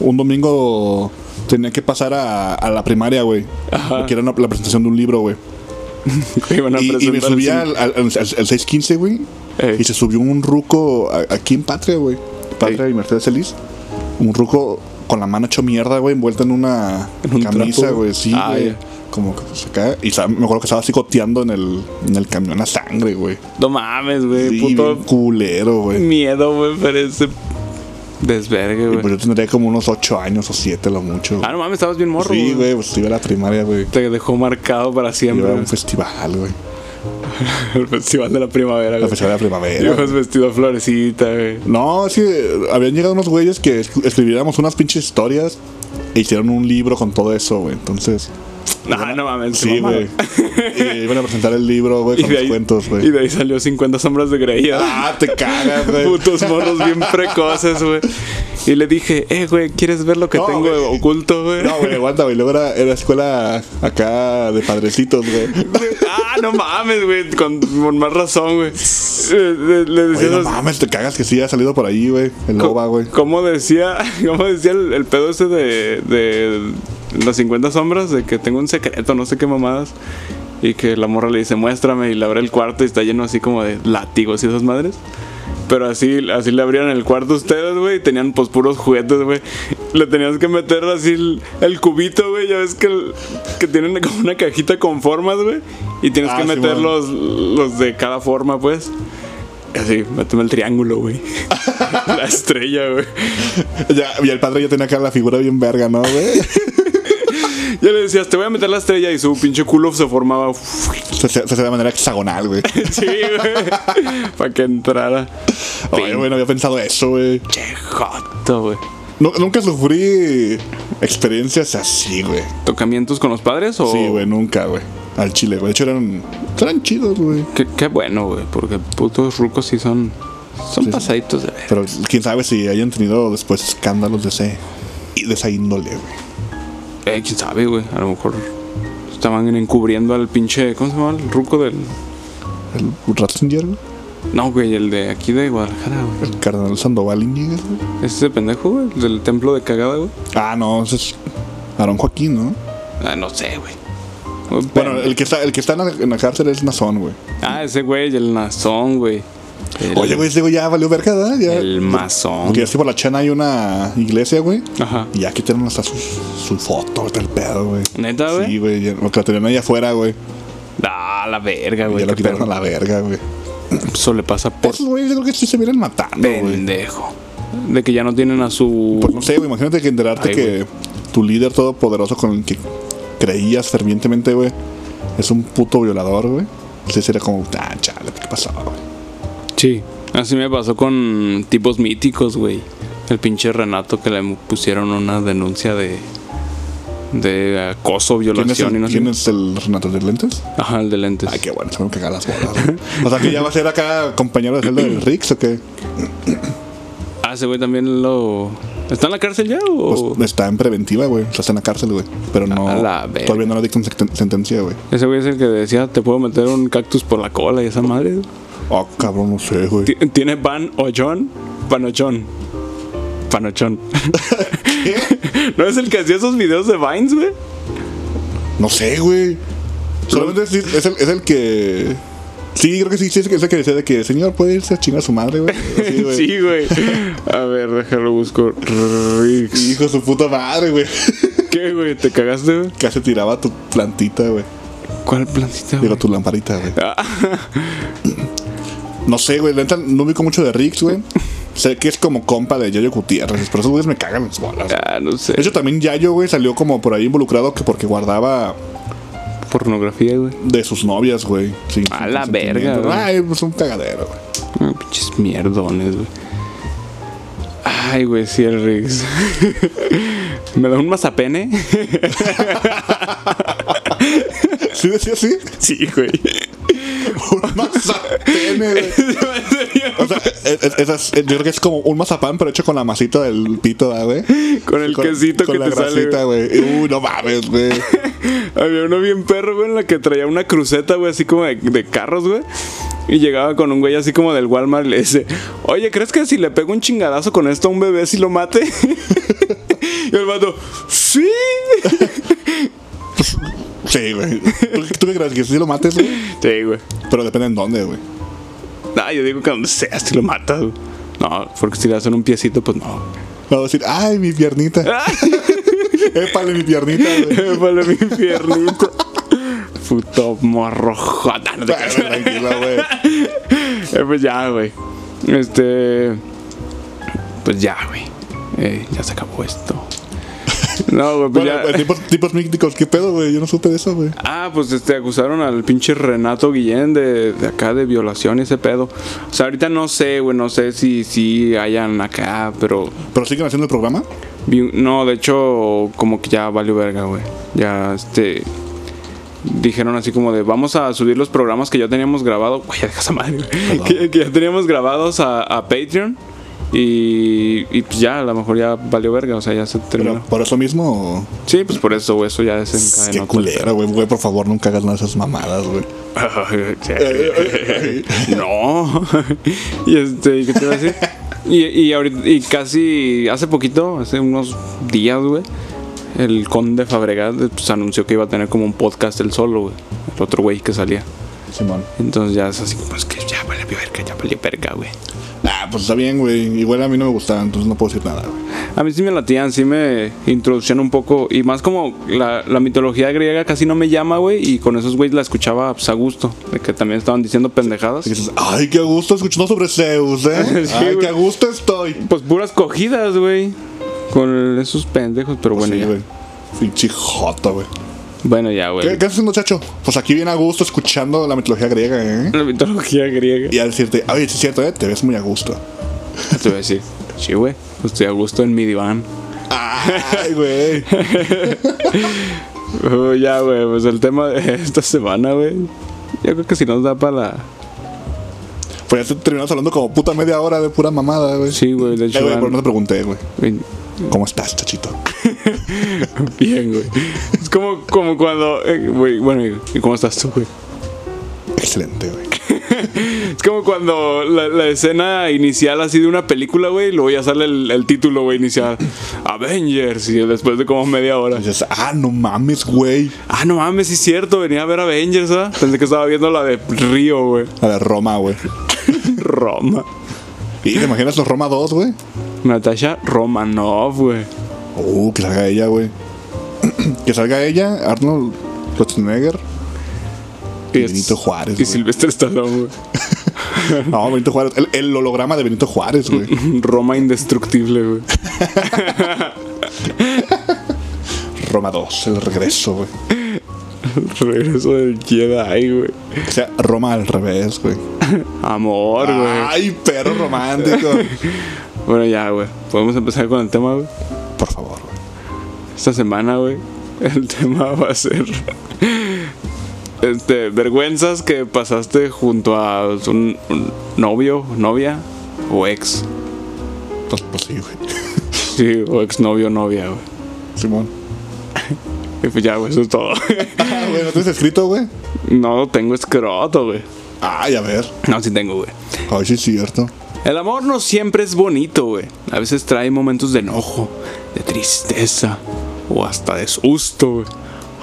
Speaker 1: Un domingo tenía que pasar a, a la primaria, güey. Porque era una- la presentación de un libro, güey.
Speaker 2: Iban a
Speaker 1: Y, y me
Speaker 2: presentar
Speaker 1: subí
Speaker 2: el-
Speaker 1: al, al- al- al 615, güey.
Speaker 2: Ey.
Speaker 1: Y se subió un ruco a- aquí en Patria, güey. Patria y Mercedes Celis. Un ruco con la mano hecho mierda, güey, envuelta en una
Speaker 2: En un
Speaker 1: camisa,
Speaker 2: trapo.
Speaker 1: güey. Sí,
Speaker 2: Ah,
Speaker 1: güey.
Speaker 2: ya.
Speaker 1: Como que pues, acá. Y estaba- me acuerdo que estaba así goteando en el, en el camión a sangre, güey.
Speaker 2: No mames, güey,
Speaker 1: Sí,
Speaker 2: Eh, puto...
Speaker 1: bien culero, güey.
Speaker 2: miedo, güey, pero ese desvergue,
Speaker 1: Y pues
Speaker 2: güey.
Speaker 1: yo tendría como unos 8 años o 7 lo mucho.
Speaker 2: Ah, no mames, estabas bien morro.
Speaker 1: sí, güey, pues iba a la primaria, güey.
Speaker 2: Te dejó marcado para
Speaker 1: Iba a
Speaker 2: siempre
Speaker 1: un festival, güey.
Speaker 2: el festival de la primavera,
Speaker 1: La
Speaker 2: güey.
Speaker 1: festival de la primavera.
Speaker 2: Ibas vestido Eh, a florecita, güey.
Speaker 1: No, es que habían llegado unos güeyes que es- escribiéramos unas pinches historias e hicieron un libro con todo eso, güey. Entonces,
Speaker 2: Ah, No, no mames,
Speaker 1: sí,
Speaker 2: mamá.
Speaker 1: güey. Y iban a presentar el libro, güey,
Speaker 2: Y
Speaker 1: con
Speaker 2: de
Speaker 1: los
Speaker 2: ahí
Speaker 1: cuentos,
Speaker 2: y
Speaker 1: güey.
Speaker 2: de ahí salió 50 sombras de Grey. ¿eh?
Speaker 1: Ah, te cagas, güey.
Speaker 2: Putos morros bien precoces, güey. Y le dije, "Eh, güey, ¿quieres ver lo que
Speaker 1: No,
Speaker 2: tengo
Speaker 1: güey.
Speaker 2: oculto, güey?"
Speaker 1: No, güey, aguanta, güey. Luego era, era escuela acá de padrecitos, güey.
Speaker 2: Ah, no mames, güey, con, con más razón, güey. Le, le- le
Speaker 1: Oye,
Speaker 2: decías
Speaker 1: no
Speaker 2: así-
Speaker 1: mames, te cagas que sí ha salido por ahí, güey. El
Speaker 2: Co-
Speaker 1: loba, güey.
Speaker 2: Como decía, como decía el, el pedo ese de, de las 50 sombras, de que tengo un secreto, no sé qué mamadas. Y que la morra le dice, muéstrame, y le abre el cuarto y está lleno así como de látigos y esas madres. Pero así, así le abrieron el cuarto a ustedes, güey. Y tenían pues puros juguetes, güey. Le tenías que meter así el, el cubito, güey. Ya ves que, el- que tienen como una cajita con formas, güey. Y tienes
Speaker 1: Ah,
Speaker 2: que meter
Speaker 1: Simón.
Speaker 2: los, los de cada forma, pues. Y Así, méteme el triángulo, güey. La estrella, güey.
Speaker 1: Ya, y el padre ya tenía acá la figura bien verga, ¿no, güey?
Speaker 2: Ya le decías, te voy a meter la estrella y su pinche culo se formaba.
Speaker 1: Se, se- se hacía de manera hexagonal, güey.
Speaker 2: Sí, güey. Para que entrara.
Speaker 1: Oye, güey, no había pensado eso, güey.
Speaker 2: Pinche joto, güey.
Speaker 1: Nu- nunca sufrí experiencias así, güey.
Speaker 2: ¿Tocamientos con los padres o.?
Speaker 1: Sí, güey, nunca, güey. Al chile, güey. De hecho, eran, eran chidos, güey.
Speaker 2: Qué, qué bueno, güey, porque putos rucos sí son. Son pasaditos de ver.
Speaker 1: Pero quién sabe si hayan tenido después escándalos de, ese, y de esa índole, güey.
Speaker 2: Eh, quién sabe, güey. A lo mejor estaban encubriendo al pinche. ¿Cómo se llama? El ruco del.
Speaker 1: El Ratzinger, güey.
Speaker 2: No, güey, el de aquí de Guadalajara, güey.
Speaker 1: El cardenal Sandoval Íñiguez, güey.
Speaker 2: Ese pendejo, güey, el del templo de cagada, güey.
Speaker 1: Ah, no, ese es Aarón Joaquín, ¿no?
Speaker 2: Ah, no sé, güey.
Speaker 1: Bueno, el que está, el que está en la, en la cárcel es Nazón, güey.
Speaker 2: Ah, ese güey, el nazón, güey. El-
Speaker 1: Oye, güey, ese güey ya valió verga, ¿verdad? Ya.
Speaker 2: El mazón.
Speaker 1: Porque así por la chana hay una iglesia, güey.
Speaker 2: Ajá.
Speaker 1: Y aquí tienen hasta su, su foto, ahorita el pedo, güey.
Speaker 2: ¿Neta, güey?
Speaker 1: Sí, güey. ya- Porque la tenían allá afuera, güey.
Speaker 2: Ah, la verga,
Speaker 1: Y
Speaker 2: güey.
Speaker 1: ya la
Speaker 2: qué
Speaker 1: quitaron a
Speaker 2: pedo.
Speaker 1: la verga, güey.
Speaker 2: Eso le pasa por
Speaker 1: Esos güeyes yo creo que sí se vienen matando, güey.
Speaker 2: pendejo. De que ya no tienen a su.
Speaker 1: Pues no sé, güey. Imagínate que enterarte
Speaker 2: Ay,
Speaker 1: que tu líder todopoderoso con el que creías fervientemente, güey, es un puto violador, güey. Sí, sería como, ah, chale, ¿qué pasó, güey?
Speaker 2: Sí, así me pasó con tipos míticos, güey. El pinche Renato que le pusieron una denuncia de de acoso,
Speaker 1: ¿Quién es
Speaker 2: violación y
Speaker 1: el,
Speaker 2: no sé.
Speaker 1: quién es el Renato de lentes?
Speaker 2: Ajá, el de lentes.
Speaker 1: Ay, qué bueno, se me cagan las bolas. güey. O sea, que ya va a ser acá compañero de celda del Rix o qué?
Speaker 2: Ah, ese güey también lo ¿Está en la cárcel ya o
Speaker 1: Pues está en preventiva, güey. O sea, está en la cárcel, güey. Pero no.
Speaker 2: A la verga.
Speaker 1: Todavía no le dictan senten- sentencia, güey.
Speaker 2: ese güey es el que decía, "Te puedo meter un cactus por la cola" y esa madre.
Speaker 1: Ah, cabrón, no sé, güey.
Speaker 2: Ti- Tiene pan o John, panochón. Panochón. ¿No es el que hacía esos videos de Vines, güey?
Speaker 1: No sé, güey. Solamente es, es el, es el que. Sí, creo que sí, sí, es el que- es el que decía de que, señor, puede irse a chingar a su madre, güey. Así, güey.
Speaker 2: Sí, güey. A ver, déjalo busco. Rix.
Speaker 1: Hijo de su puta madre, güey.
Speaker 2: ¿Qué, güey? ¿Te cagaste, güey?
Speaker 1: Casi tiraba tu plantita, güey.
Speaker 2: ¿Cuál plantita,
Speaker 1: Digo,
Speaker 2: güey?
Speaker 1: tu lamparita, güey.
Speaker 2: Ah,
Speaker 1: No sé, güey. la neta, No ubico mucho de Rix, güey. Sé que es como compa de Yayo Gutiérrez. Pero esos güeyes me cagan las bolas.
Speaker 2: ah, no sé.
Speaker 1: De hecho, también Yayo, güey, salió como por ahí involucrado que porque guardaba
Speaker 2: Pornografía, güey.
Speaker 1: de sus novias, güey. sin
Speaker 2: A
Speaker 1: su
Speaker 2: la
Speaker 1: consentimiento.
Speaker 2: verga, güey.
Speaker 1: Ay, pues un cagadero, güey.
Speaker 2: Ah, pinches mierdones, güey. Ay, güey, sí, el Riggs. ¿Me da un mazapene?
Speaker 1: ¿Sí decía así?
Speaker 2: Sí, güey.
Speaker 1: Un mazapene, güey. Eh, O sea, es- es- esas- yo creo que es como un mazapán, pero hecho con la masita del pito, ¿verdad, güey.
Speaker 2: Con el
Speaker 1: Con-
Speaker 2: quesito
Speaker 1: con
Speaker 2: que
Speaker 1: la
Speaker 2: te sale.
Speaker 1: grasita,
Speaker 2: güey.
Speaker 1: güey. Uy, no mames, güey.
Speaker 2: Había uno bien perro, güey, en la que traía una cruceta, güey, así como de, de carros, güey. Y llegaba con un güey así como del Walmart y le dice, oye, ¿crees que si le pego un chingadazo con esto a un bebé si lo mate? y el vato, sí.
Speaker 1: Sí, güey. ¿Tú, tú qué crees? ¿Que sí lo mates, güey?
Speaker 2: Sí, güey.
Speaker 1: Pero depende en dónde, güey.
Speaker 2: No, yo digo que donde sea, si lo matas. güey. No, porque si le hacen un piecito, pues no.
Speaker 1: Vamos a decir, ay, mi piernita. Épale, mi piernita, güey.
Speaker 2: Vale mi piernita. Puto morro jota, no te
Speaker 1: Bueno,
Speaker 2: creas.
Speaker 1: Tranquilo, güey.
Speaker 2: Eh, pues ya, güey. Este. Pues ya, güey. Eh, ya se acabó esto. No, güey, pues
Speaker 1: Bueno,
Speaker 2: ya.
Speaker 1: pues, tipos, tipos míticos, ¿qué pedo, güey? Yo no supe de eso, güey.
Speaker 2: Ah, pues este, acusaron al pinche Renato Guillén de, de acá de violación y ese pedo. O sea, ahorita no sé, güey, no sé si, si hayan acá, pero.
Speaker 1: ¿Pero siguen haciendo el programa?
Speaker 2: vi un- No, de hecho, como que ya valió verga, güey. Ya, este. Dijeron así como de vamos a subir los programas que ya teníamos grabados. Güey, ya deja esa madre,
Speaker 1: Ah,
Speaker 2: güey. Que, que ya teníamos grabados a, a Patreon. Y, y pues ya, a lo mejor ya valió verga, o sea, ya se
Speaker 1: Pero
Speaker 2: terminó.
Speaker 1: por eso mismo.
Speaker 2: sí, pues por eso, güey, eso ya
Speaker 1: Qué
Speaker 2: desencadenó. todo el
Speaker 1: culera, güey. Güey, por favor, nunca hagas nada de esas mamadas, güey.
Speaker 2: no. y este, ¿y ¿qué te iba a decir? Y, y, ahorita- y casi hace poquito, hace unos días, güey, el conde Fabregat pues, anunció que iba a tener como un podcast él solo, güey. El otro güey que salía.
Speaker 1: Simón.
Speaker 2: Entonces ya es así como, es que ya vale verga, ya vale verga, güey.
Speaker 1: Ah, pues está bien, güey. Igual a mí no me gustaba, entonces no puedo decir nada, güey.
Speaker 2: A mí sí me latían, sí me introducían un poco. Y más como la, la mitología griega casi no me llama, güey. Y con esos güeyes la escuchaba pues, a gusto. De que también estaban diciendo pendejadas.
Speaker 1: Y dices, ay, qué a gusto escuchando sobre Zeus, ¿eh?
Speaker 2: Sí,
Speaker 1: ay,
Speaker 2: güey.
Speaker 1: qué a gusto estoy.
Speaker 2: Pues puras cogidas, güey. Con esos pendejos, pero bueno,
Speaker 1: sí,
Speaker 2: ya.
Speaker 1: güey. Pinche jota, güey.
Speaker 2: Bueno, ya,
Speaker 1: ¿Qué,
Speaker 2: güey.
Speaker 1: qué haces, muchacho? Pues aquí bien a gusto escuchando la mitología griega, ¿eh?
Speaker 2: La mitología griega.
Speaker 1: Y a decirte, oye, sí es cierto, ¿eh? Te ves muy a gusto.
Speaker 2: Te voy a decir, sí, güey. pues Estoy a gusto en mi diván.
Speaker 1: Ay, güey.
Speaker 2: Oh, ya, güey, pues el tema de esta semana, güey. Yo creo que si nos da para la.
Speaker 1: Pues ya te terminamos hablando como puta media hora de pura mamada, güey.
Speaker 2: Sí, güey, de hecho.
Speaker 1: Eh, güey,
Speaker 2: dan-
Speaker 1: pero no te pregunté, güey.
Speaker 2: güey,
Speaker 1: ¿Cómo estás, chachito?
Speaker 2: Bien, güey. Es como, como cuando. eh, güey, bueno, ¿y cómo estás tú, güey?
Speaker 1: Excelente, güey.
Speaker 2: Es como cuando la, la escena inicial así de una película, güey, y luego ya sale el, el título, güey, inicial. Avengers, y después de como media hora.
Speaker 1: Dices, ah, no mames, güey.
Speaker 2: Ah, no mames, sí es cierto, venía a ver Avengers, ¿ah? Pensé que estaba viendo la de Río, güey.
Speaker 1: A ver, Roma, güey.
Speaker 2: Roma.
Speaker 1: ¿Y te imaginas los Roma 2, güey?
Speaker 2: Natasha Romanov, güey.
Speaker 1: Uh, que salga ella, güey. que salga ella, Arnold Schwarzenegger. Y Benito Juárez,
Speaker 2: Y
Speaker 1: güey.
Speaker 2: Silvestre Stallone,
Speaker 1: No, Benito Juárez. El, el holograma de Benito Juárez, güey.
Speaker 2: güey. Roma indestructible, güey.
Speaker 1: Roma 2, el regreso, güey.
Speaker 2: Regreso del Jedi, güey.
Speaker 1: O sea, Roma al revés, güey.
Speaker 2: Amor, güey.
Speaker 1: Ay, perro romántico.
Speaker 2: Bueno, ya, güey. Podemos empezar con el tema, güey.
Speaker 1: Por favor, güey.
Speaker 2: Esta semana, güey, el tema va a ser. Este, vergüenzas que pasaste junto a un, un novio, novia o ex.
Speaker 1: Pues, pues sí, güey.
Speaker 2: Sí, o ex novio, novia, güey.
Speaker 1: Simón.
Speaker 2: Y pues ya, güey, eso es todo.
Speaker 1: Ah, güey, ¿no tienes escrito, güey?
Speaker 2: no tengo escroto, güey.
Speaker 1: Ay, a ver.
Speaker 2: No, sí tengo, güey.
Speaker 1: Ay, sí es cierto.
Speaker 2: El amor no siempre es bonito, güey. A veces trae momentos de enojo, de tristeza o hasta de susto, güey.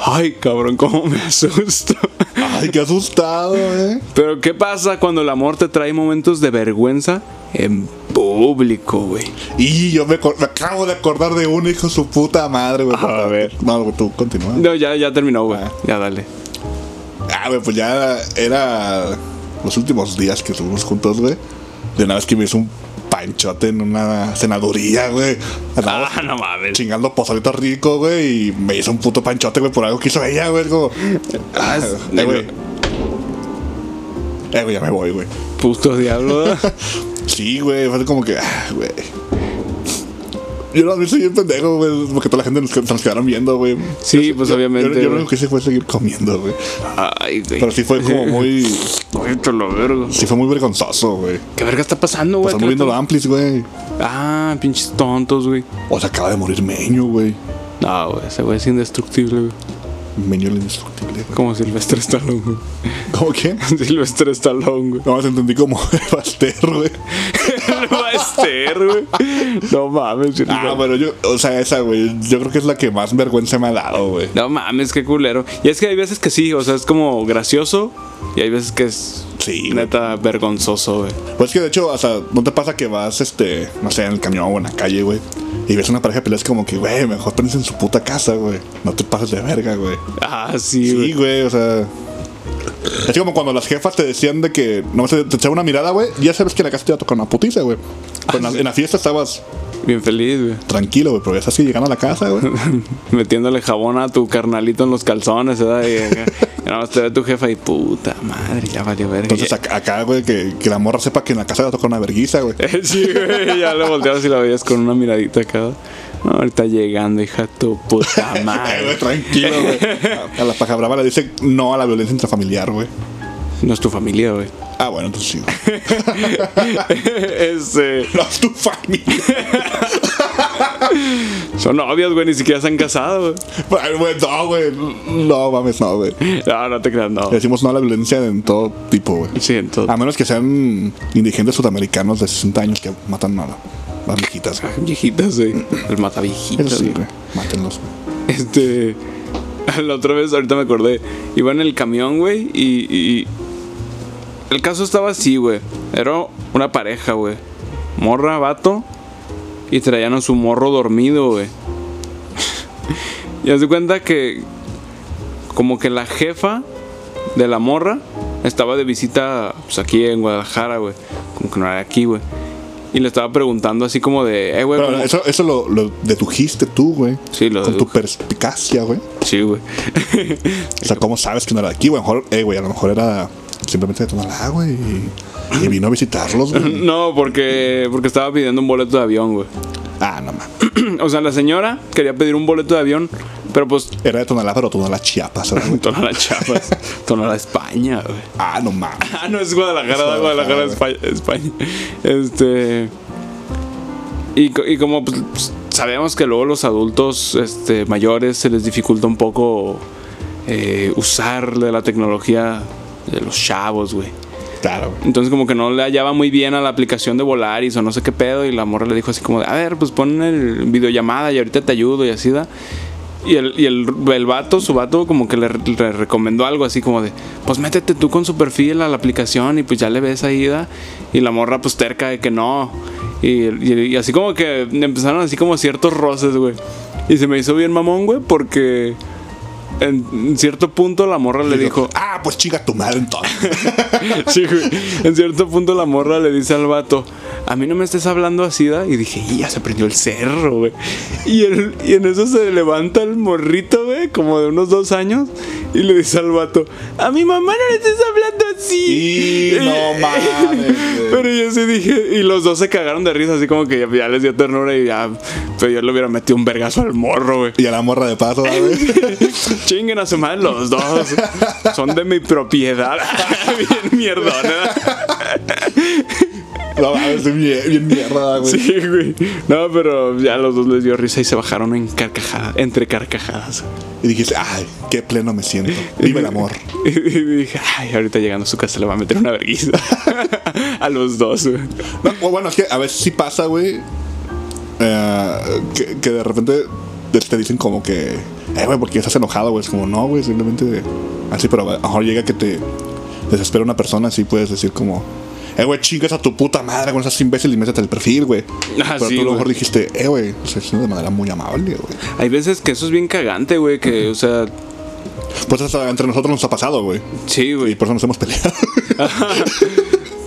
Speaker 2: Ay, cabrón, cómo me asusto.
Speaker 1: Ay, qué asustado, eh.
Speaker 2: Pero ¿qué pasa cuando el amor te trae momentos de vergüenza en público, güey?
Speaker 1: Y yo me, acor- me acabo de acordar de un hijo de su puta madre, güey.
Speaker 2: A ver.
Speaker 1: No, güey, tú continúa.
Speaker 2: No, ya, ya terminó, güey.
Speaker 1: Ah.
Speaker 2: Ya dale.
Speaker 1: Ah, güey, pues ya era los últimos días que estuvimos juntos, güey. De una vez que me hizo un panchote en una senaduría, güey. Andábamos
Speaker 2: Ah, no mames.
Speaker 1: chingando pozolito rico, güey. Y me hizo un puto panchote, güey, por algo que hizo ella, güey. Como, ah,
Speaker 2: Ah, es-
Speaker 1: eh, güey. Eh, güey, ya me voy, güey.
Speaker 2: Puto diablo. ¿verdad?
Speaker 1: Sí, güey, fue como que, ah, güey. Yo no, yo soy bien pendejo, güey, porque toda la gente nos, se nos quedaron viendo, güey.
Speaker 2: Sí, pues
Speaker 1: Yo-
Speaker 2: obviamente.
Speaker 1: Yo, yo lo
Speaker 2: güey.
Speaker 1: único que hice fue seguir comiendo, güey.
Speaker 2: Ay, güey.
Speaker 1: Pero sí fue como muy.
Speaker 2: Ay, te lo vergo.
Speaker 1: Sí fue muy vergonzoso, güey.
Speaker 2: ¿Qué verga está pasando, güey?
Speaker 1: Están moviendo los amplis, güey.
Speaker 2: Ah, pinches tontos, güey.
Speaker 1: O sea, acaba de morir Meño, güey.
Speaker 2: No, güey, ese güey es indestructible, güey.
Speaker 1: Meño el indestructible, güey.
Speaker 2: Como Silvestre Stallone, güey.
Speaker 1: ¿Cómo qué?
Speaker 2: Silvestre Stallone, güey.
Speaker 1: No, se entendí como Baster, güey.
Speaker 2: El Baster, güey. No mames, Silvestre.
Speaker 1: Ah, pero yo, o sea, esa, güey, yo creo que es la que más vergüenza me ha dado, güey.
Speaker 2: No mames, qué culero. Y es que hay veces que sí, o sea, es como gracioso y hay veces que es
Speaker 1: Sí, güey.
Speaker 2: neta vergonzoso, güey.
Speaker 1: Pues que de hecho, o sea, ¿no te pasa que vas, este, no sé, en el camión o en la calle, güey? Y ves una pareja de peleas como que, güey, mejor prensa en su puta casa, güey. No te pases de verga, güey.
Speaker 2: Ah, sí,
Speaker 1: Sí,
Speaker 2: güey.
Speaker 1: güey, o sea. Es como cuando las jefas te decían de que no sé, te echaba una mirada, güey, ya sabes que en la casa te iba a tocar una putiza, güey. Pero en la, en la fiesta estabas
Speaker 2: Bien feliz, güey.
Speaker 1: tranquilo, güey, pero ya sabes que llegando a la casa, güey.
Speaker 2: Metiéndole jabón a tu carnalito en los calzones, ¿verdad? Y, acá, y nada más te ve tu jefa y puta madre, ya valió verga.
Speaker 1: Entonces acá, acá, güey, que, que la morra sepa que en la casa le va a tocar una verguiza, güey.
Speaker 2: Sí, güey, ya le volteabas y la veías con una miradita acá. No, ahorita llegando, hija tu puta
Speaker 1: Ay, güey,
Speaker 2: Ah, madre.
Speaker 1: tranquilo, güey. A, a la paja brava le dice no a la violencia intrafamiliar, güey.
Speaker 2: No es tu familia, güey.
Speaker 1: Ah, bueno, entonces sí, güey.
Speaker 2: Este,
Speaker 1: No es tu familia.
Speaker 2: son novios, güey, ni siquiera se han casado, güey.
Speaker 1: Ay, güey, no, güey. No, mames, no, güey. Le
Speaker 2: No, no te creas, no.
Speaker 1: decimos no a la violencia en todo tipo, güey.
Speaker 2: Sí, entonces.
Speaker 1: A menos que sean indigentes sudamericanos de 60 años que matan a las viejitas, güey.
Speaker 2: Viejitas, güey. El mata
Speaker 1: Ah. Eso
Speaker 2: viejitas,
Speaker 1: sí,
Speaker 2: güey.
Speaker 1: güey. Mátenlos, güey.
Speaker 2: Este. La otra vez, ahorita me acordé. Iba en el camión, güey. Y, y- El caso estaba así, güey. Era una pareja, güey. Morra, vato. Y traían a su morro dormido, güey. y haz de cuenta que. Como que la jefa de la morra estaba de visita pues, aquí en Guadalajara, güey. Como que no era de aquí, güey. Y le estaba preguntando así como de, eh, güey.
Speaker 1: Pero
Speaker 2: ¿cómo-
Speaker 1: eso, eso lo, lo dedujiste tú, güey.
Speaker 2: Sí, lo
Speaker 1: Con tu
Speaker 2: deduje.
Speaker 1: perspicacia, güey.
Speaker 2: Sí, güey.
Speaker 1: O sea, ¿cómo sabes que no era de aquí, güey? A lo mejor, eh, güey, a lo mejor era simplemente de Tonalá, güey. Y, y vino a visitarlos, güey.
Speaker 2: no, porque, porque estaba pidiendo un boleto de avión, güey.
Speaker 1: Ah, no mames.
Speaker 2: o sea, la señora quería pedir un boleto de avión, pero pues
Speaker 1: Era de Tonalá, pero Tonalá Chiapas, ¿verdad, güey?
Speaker 2: Tonalá Chiapas, Tonalá España, güey.
Speaker 1: Ah, no mames.
Speaker 2: Ah, no, es Guadalajara,
Speaker 1: Es
Speaker 2: da Guadalajara, España,
Speaker 1: Guadalajara,
Speaker 2: España. Este. Y, co- y como pues, sabemos que luego los adultos este, mayores se les dificulta un poco eh, usar de la tecnología de los chavos, güey.
Speaker 1: Claro, güey.
Speaker 2: Entonces como que no le hallaba muy bien a la aplicación de Volaris o no sé qué pedo y la morra le dijo así como, de, a ver, pues pon el videollamada y ahorita te ayudo y así da. Y el, y el, el vato, su vato como que le, le recomendó algo así como de, pues métete tú con su perfil a la aplicación y pues ya le ves ahí da. Y la morra pues terca de que no. Y, y- y así como que empezaron así como ciertos roces, güey. Y se me hizo bien mamón, güey, porque en cierto punto la morra le dijo,
Speaker 1: ah, pues chinga tu madre entonces.
Speaker 2: Sí, güey. En cierto punto la morra le dice al vato, a mí no me estés hablando así, da. Y dije, "Y, ya se prendió el cerro, güey. Y, el- y en eso se levanta el morrito, güey, como de unos dos años. Y le dice al vato, a mi mamá no le estés hablando así.
Speaker 1: Y no mames, güey.
Speaker 2: Pero yo sí dije, y los dos se cagaron de risa, así como que ya, ya les dio ternura y ya, pero yo le hubiera metido un vergazo al morro, güey.
Speaker 1: y a la morra de paso, güey.
Speaker 2: Chinguen a su madre los dos. Son de mi propiedad. Bien mierdona.
Speaker 1: No mames, bien, mier- bien mierda, güey.
Speaker 2: Sí, güey. No, pero ya a los dos les dio risa y se bajaron en carcajadas, entre carcajadas.
Speaker 1: Y dijiste, ay, qué pleno me siento. Vive el amor.
Speaker 2: Y, y dije, ay, ahorita llegando a su casa le va a meter una vergüenza. a los dos, güey.
Speaker 1: No, o bueno, es que a veces sí pasa, güey. eh, que, que de repente te- te dicen como que, eh, güey, porque estás enojado, güey. Es como, no, güey, simplemente así, pero a lo mejor llega que te desespera una persona, así puedes decir como, eh, güey, chingas a tu puta madre con esas imbéciles y métete el perfil, güey.
Speaker 2: Ah,
Speaker 1: pero
Speaker 2: sí,
Speaker 1: tú a lo
Speaker 2: güey.
Speaker 1: mejor dijiste, eh, güey, se haciendo de manera muy amable, güey.
Speaker 2: Hay veces que eso es bien cagante, güey, que, o sea,
Speaker 1: Pues hasta entre nosotros nos ha pasado, güey.
Speaker 2: sí,
Speaker 1: Y
Speaker 2: güey.
Speaker 1: por eso nos hemos peleado.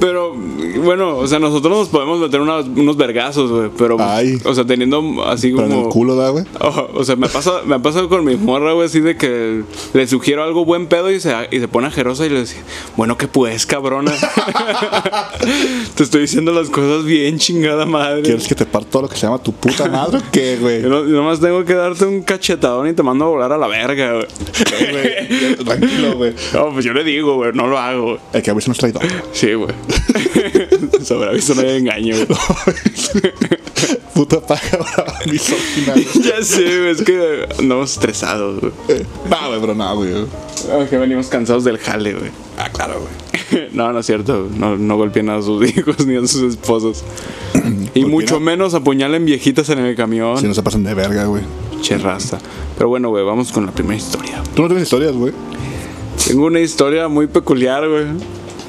Speaker 2: Pero, bueno, o sea, nosotros nos podemos meter unas- unos vergazos, güey, pero,
Speaker 1: Ay.
Speaker 2: o sea, teniendo así
Speaker 1: pero
Speaker 2: como...
Speaker 1: en el culo, da, güey.
Speaker 2: Ojo, Oh, o sea, me pasa, me ha pasado con mi morra, güey, así de que le sugiero algo buen pedo y se, y se pone ajerosa y le dice, bueno, que pues, cabrona. te estoy diciendo las cosas bien, chingada madre.
Speaker 1: ¿Quieres que te parta todo lo que se llama tu puta madre o qué, güey?
Speaker 2: Yo, no- yo nomás tengo que darte un cachetadón y te mando a volar a la verga, güey.
Speaker 1: Güey, Tranquilo, güey.
Speaker 2: No, pues yo le digo, güey, no lo hago. güey.
Speaker 1: El que avisa no es traidor.
Speaker 2: Sí, güey. Sobre aviso no hay engaño, güey.
Speaker 1: Puta paja brava, misógina. güey.
Speaker 2: ya sé, güey, es que andamos estresados, güey.
Speaker 1: Eh, No, güey, pero no, güey.
Speaker 2: Aunque Ah, venimos cansados del jale, güey.
Speaker 1: Ah, claro, güey.
Speaker 2: No, no es cierto. No, no golpeen a sus hijos ni a sus esposos. Y mucho menos apuñalen viejitas en el camión.
Speaker 1: Si no se pasan de verga, güey.
Speaker 2: Che raza. Pero bueno, güey, vamos con la primera historia.
Speaker 1: Tú no tienes historias, güey.
Speaker 2: Tengo una historia muy peculiar, güey.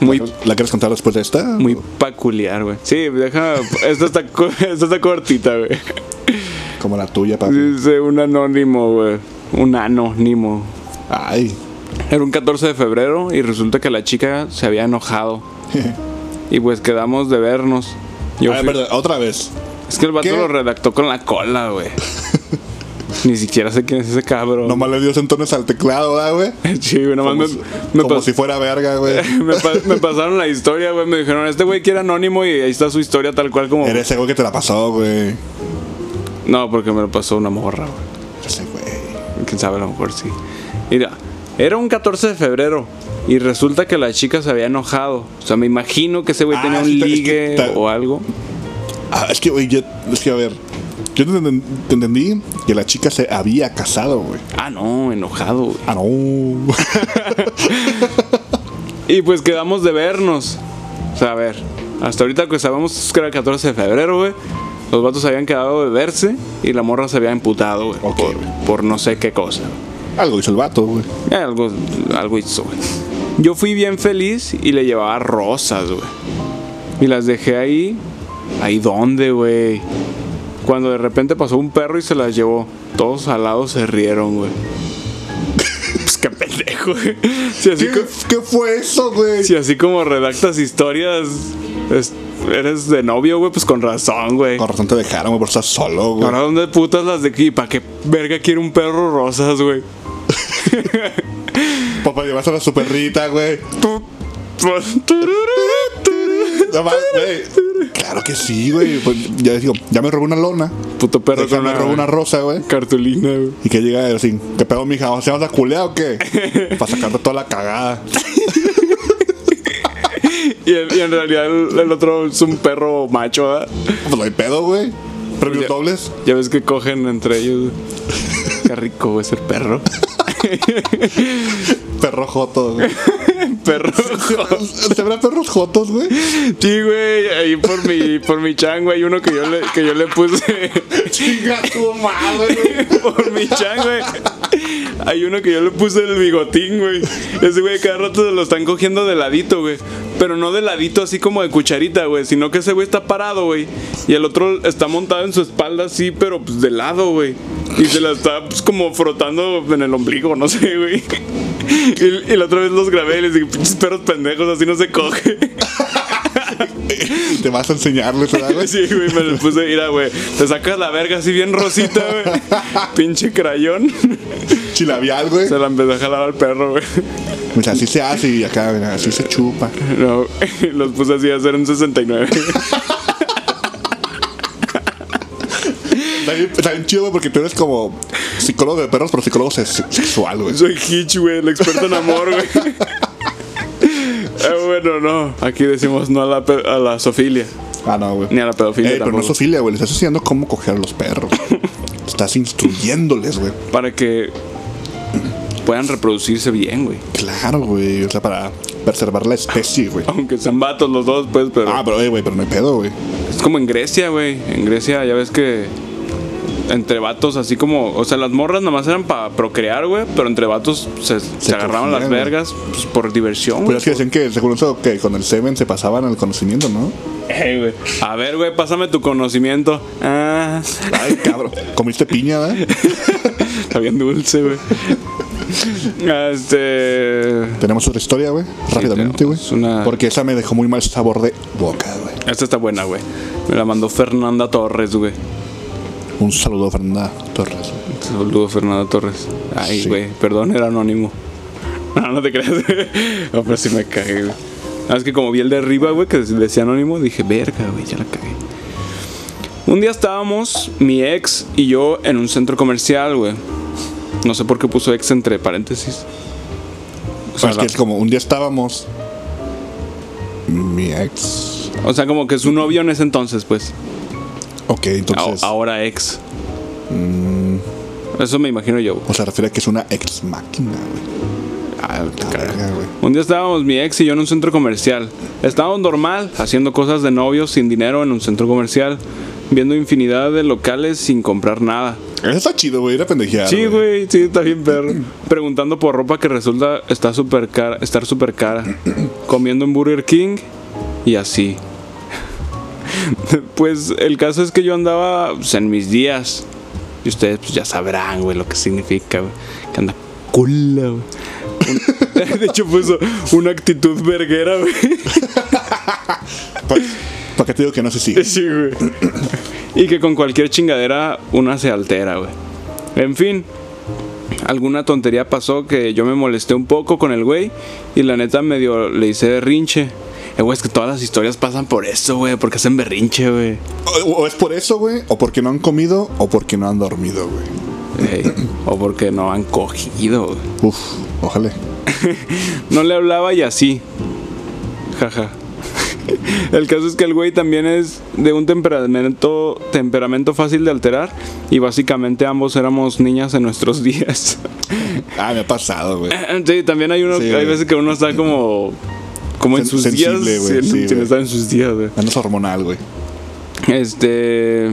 Speaker 2: Muy,
Speaker 1: ¿La quieres contar después de esta?
Speaker 2: muy peculiar, güey. Sí, deja. Esta está, cu- esta está cortita, güey.
Speaker 1: Como la tuya, papi.
Speaker 2: Dice un anónimo, güey. Un anónimo.
Speaker 1: Ay.
Speaker 2: Era un 14 de febrero y resulta que la chica se había enojado. Y pues quedamos de vernos. Yo
Speaker 1: A ver,
Speaker 2: fui-
Speaker 1: Ah, perdón, otra vez.
Speaker 2: Es que el vato
Speaker 1: ¿Qué?
Speaker 2: lo redactó con la cola, güey. Ni siquiera sé quién es ese cabrón.
Speaker 1: Nomás le dio entones al teclado, ¿verdad, güey?
Speaker 2: sí, güey, nomás
Speaker 1: Como,
Speaker 2: me,
Speaker 1: si-
Speaker 2: me
Speaker 1: como
Speaker 2: pas-
Speaker 1: si fuera verga, güey.
Speaker 2: me pa- me pasaron la historia, güey. Me dijeron, este güey que era anónimo y ahí está su historia tal cual como...
Speaker 1: Eres ese güey que te la pasó, güey.
Speaker 2: No, porque me lo pasó una morra, güey.
Speaker 1: Ese güey.
Speaker 2: Quién sabe, a lo mejor sí. Mira, era un 14 de febrero y resulta que la chica se había enojado. O sea, me imagino que ese güey
Speaker 1: Ah,
Speaker 2: tenía un
Speaker 1: sí, es que
Speaker 2: ligue
Speaker 1: ta-
Speaker 2: o algo.
Speaker 1: Ah, es que, güey, yo. Es que, a ver. Yo te, enten- te entendí que la chica se había casado, güey.
Speaker 2: Ah, no, enojado, güey.
Speaker 1: Ah, no.
Speaker 2: Y pues quedamos de vernos. O sea, a ver, hasta ahorita que sabemos que era el 14 de febrero, güey. Los vatos habían quedado de verse y la morra se había emputado, güey.
Speaker 1: Ok,
Speaker 2: por,
Speaker 1: güey.
Speaker 2: por no sé qué cosa.
Speaker 1: Algo hizo el vato, güey.
Speaker 2: Eh, Algo, algo hizo, güey. Yo fui bien feliz y le llevaba rosas, güey. Y las dejé ahí. ¿Ahí dónde, güey? Cuando de repente pasó un perro y se las llevó. Todos al lado se rieron, güey. pues qué pendejo, güey. Si así,
Speaker 1: ¿Qué,
Speaker 2: co-
Speaker 1: qué fue eso, güey?
Speaker 2: si así como redactas historias, es- eres de novio, güey, pues con razón, güey.
Speaker 1: Con razón te dejaron, güey, por estar solo, güey.
Speaker 2: Ahora, ¿dónde putas las de aquí? ¿Para qué verga quiere un perro rosas, güey?
Speaker 1: Pa- Para llevarse a su perrita, güey.
Speaker 2: Tú- pues, tururú, tururú.
Speaker 1: No mames, güey. Claro que sí, güey. Pues ya digo, ya me robó una lona.
Speaker 2: Puto perro
Speaker 1: Ya
Speaker 2: con
Speaker 1: me
Speaker 2: una,
Speaker 1: robó una rosa, güey.
Speaker 2: cartulina, güey.
Speaker 1: Y que llega así, ¿qué pedo, mija? ¿O sea, ¿Vas a culear o qué? Para sacarte toda la cagada.
Speaker 2: Y, el- y en realidad el, el otro es un perro macho, ¿verdad?
Speaker 1: Pues no hay pedo, güey. Premios
Speaker 2: Ya.
Speaker 1: dobles.
Speaker 2: Ya ves que cogen entre ellos. Qué rico, güey, ser perro.
Speaker 1: Perro joto, güey.
Speaker 2: Perro.
Speaker 1: ¿Se verán perros jotos, güey?
Speaker 2: Sí, güey, ahí por mi, por mi chango hay uno que yo le, que yo le puse.
Speaker 1: Chinga tu madre, güey.
Speaker 2: por mi chango, güey. Hay uno que yo le puse el bigotín, güey. Ese güey cada rato se lo están cogiendo de ladito, güey. Pero no de ladito así como de cucharita, güey. Sino que ese güey está parado, güey. Y el otro está montado en su espalda así, pero pues de lado, güey. Y se la está pues, como frotando en el ombligo, no sé, güey. Y, y la otra vez los grabé y les dije, pinches perros pendejos, así no se coge.
Speaker 1: Te vas a enseñarles, ¿verdad, güey?
Speaker 2: Sí, güey, me lo puse, mira, güey. Te sacas la verga así bien rosita, güey. Pinche crayón.
Speaker 1: Chilavial, güey.
Speaker 2: Se la empezó a jalar al perro, güey.
Speaker 1: O sea, así se hace y acá, mira, así se chupa.
Speaker 2: No, los puse así a hacer un 69.
Speaker 1: Está bien, está bien chido, güey, porque tú eres como psicólogo de perros, pero psicólogo se- sexual, güey.
Speaker 2: Soy Hitch, güey, el experto en amor, güey. Eh, bueno, no. Aquí decimos no a la, pe- a la sofilia,
Speaker 1: Ah, no, güey.
Speaker 2: ni a la pedofilia.
Speaker 1: Ey, pero no
Speaker 2: tampoco.
Speaker 1: es sofilia, güey. Les estás enseñando cómo coger a los perros. estás instruyéndoles, güey.
Speaker 2: para que puedan reproducirse bien, güey.
Speaker 1: Claro, güey. O sea, para preservar la especie, güey.
Speaker 2: Aunque sean vatos los dos, pues, pero
Speaker 1: Ah, pero, ey, güey, pero no hay pedo, güey.
Speaker 2: es como en Grecia, güey. En Grecia ya ves que entre vatos, así como, o sea, las morras nomás eran para procrear, güey, pero entre vatos se, se, agarraban
Speaker 1: cogían,
Speaker 2: las
Speaker 1: güey.
Speaker 2: vergas pues, por diversión.
Speaker 1: Pues es que decían que, según eso, que con el semen se pasaban el conocimiento, ¿no?
Speaker 2: A ver, Eh, güey, pásame tu conocimiento. Ah,
Speaker 1: Ay, cabrón. Comiste piña, ¿verdad?
Speaker 2: está bien dulce, güey. Este.
Speaker 1: Tenemos otra historia, güey. Rápidamente, güey.
Speaker 2: tenemos una-
Speaker 1: Porque esa me dejó muy mal sabor de boca, güey.
Speaker 2: Esta está buena, güey. Me la mandó Fernanda Torres, güey.
Speaker 1: Un saludo, Fernanda Torres.
Speaker 2: Saludos, Fernanda Torres. Ay,
Speaker 1: Sí.
Speaker 2: güey, perdón, era anónimo. No, no te creas. no, pero sí me cagué, güey. Ah, Es que como vi el de arriba, güey, que decía anónimo, dije, verga, güey, ya la cagué. Un día estábamos, mi ex y yo, en un centro comercial, güey. No sé por qué puso ex entre paréntesis. O sea,
Speaker 1: es
Speaker 2: la-
Speaker 1: que es como un día estábamos. Mi ex.
Speaker 2: o sea, como que su novio en ese entonces, pues.
Speaker 1: Ok,
Speaker 2: A-
Speaker 1: entonces.
Speaker 2: ahora ex. Eso me imagino yo. güey.
Speaker 1: O sea, refiere a que es una ex máquina, güey.
Speaker 2: Ah, te
Speaker 1: La
Speaker 2: cagas.
Speaker 1: verga, güey.
Speaker 2: Un día estábamos mi ex y yo en un centro comercial. Estábamos normal, haciendo cosas de novios sin dinero en un centro comercial, viendo infinidad de locales sin comprar nada.
Speaker 1: Eso está chido, güey. Era pendejear.
Speaker 2: Sí, güey, sí, está bien perro. Preguntando por ropa que resulta está super cara, estar súper cara. Comiendo en Burger King y así. Pues el caso es que yo andaba pues, en mis días. Y ustedes pues, ya sabrán, güey, lo que significa, güey. Que anda culo, güey. Un- De hecho, puso una actitud verguera, güey.
Speaker 1: ¿Para, qué te digo que no se sigue?
Speaker 2: Sí, güey. Y que con cualquier chingadera una se altera, güey. En fin, alguna tontería pasó que yo me molesté un poco con el güey y la neta medio le hice berrinche. Eh, güey, es que todas las historias pasan por eso, güey, porque hacen berrinche, güey.
Speaker 1: O, o es por eso, güey. O porque no han comido. O porque no han dormido, güey.
Speaker 2: Ey, o porque no han cogido, güey.
Speaker 1: Uf, ojalá.
Speaker 2: No le hablaba y así. Jaja. El caso es que el güey también es de un temperamento, temperamento fácil de alterar y básicamente ambos éramos niñas en nuestros días.
Speaker 1: Ah, me ha pasado, güey.
Speaker 2: Sí, también hay uno,
Speaker 1: Sí,
Speaker 2: hay
Speaker 1: güey.
Speaker 2: veces que uno está como, como en
Speaker 1: Sen-
Speaker 2: sus
Speaker 1: sensible,
Speaker 2: días,
Speaker 1: güey,
Speaker 2: sí,
Speaker 1: sí,
Speaker 2: sí,
Speaker 1: güey.
Speaker 2: está en sus días, güey.
Speaker 1: Menos hormonal, güey.
Speaker 2: Este.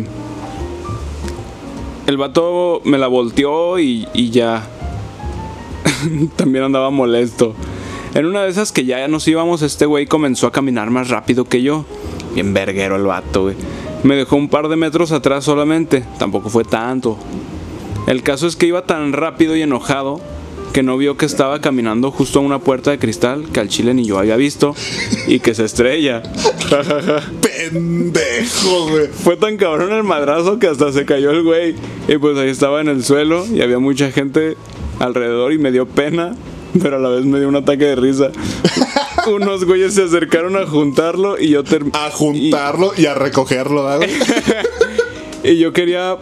Speaker 2: El vato me la volteó y, y ya. También andaba molesto. En una de esas que ya nos íbamos, este güey comenzó a caminar más rápido que yo. Bien verguero el vato, güey. Me dejó un par de metros atrás solamente. Tampoco fue tanto. El caso es que iba tan rápido y enojado que no vio que estaba caminando justo a una puerta de cristal que al chile ni yo había visto y que se estrella.
Speaker 1: Pendejo, güey.
Speaker 2: Fue tan cabrón el madrazo que hasta se cayó el güey. Y pues ahí estaba en el suelo y había mucha gente alrededor y me dio pena, pero a la vez me dio un ataque de risa. Unos güeyes se acercaron a juntarlo y yo ter-
Speaker 1: A juntarlo y, a recogerlo, ¿verdad, güey?
Speaker 2: Y, y yo quería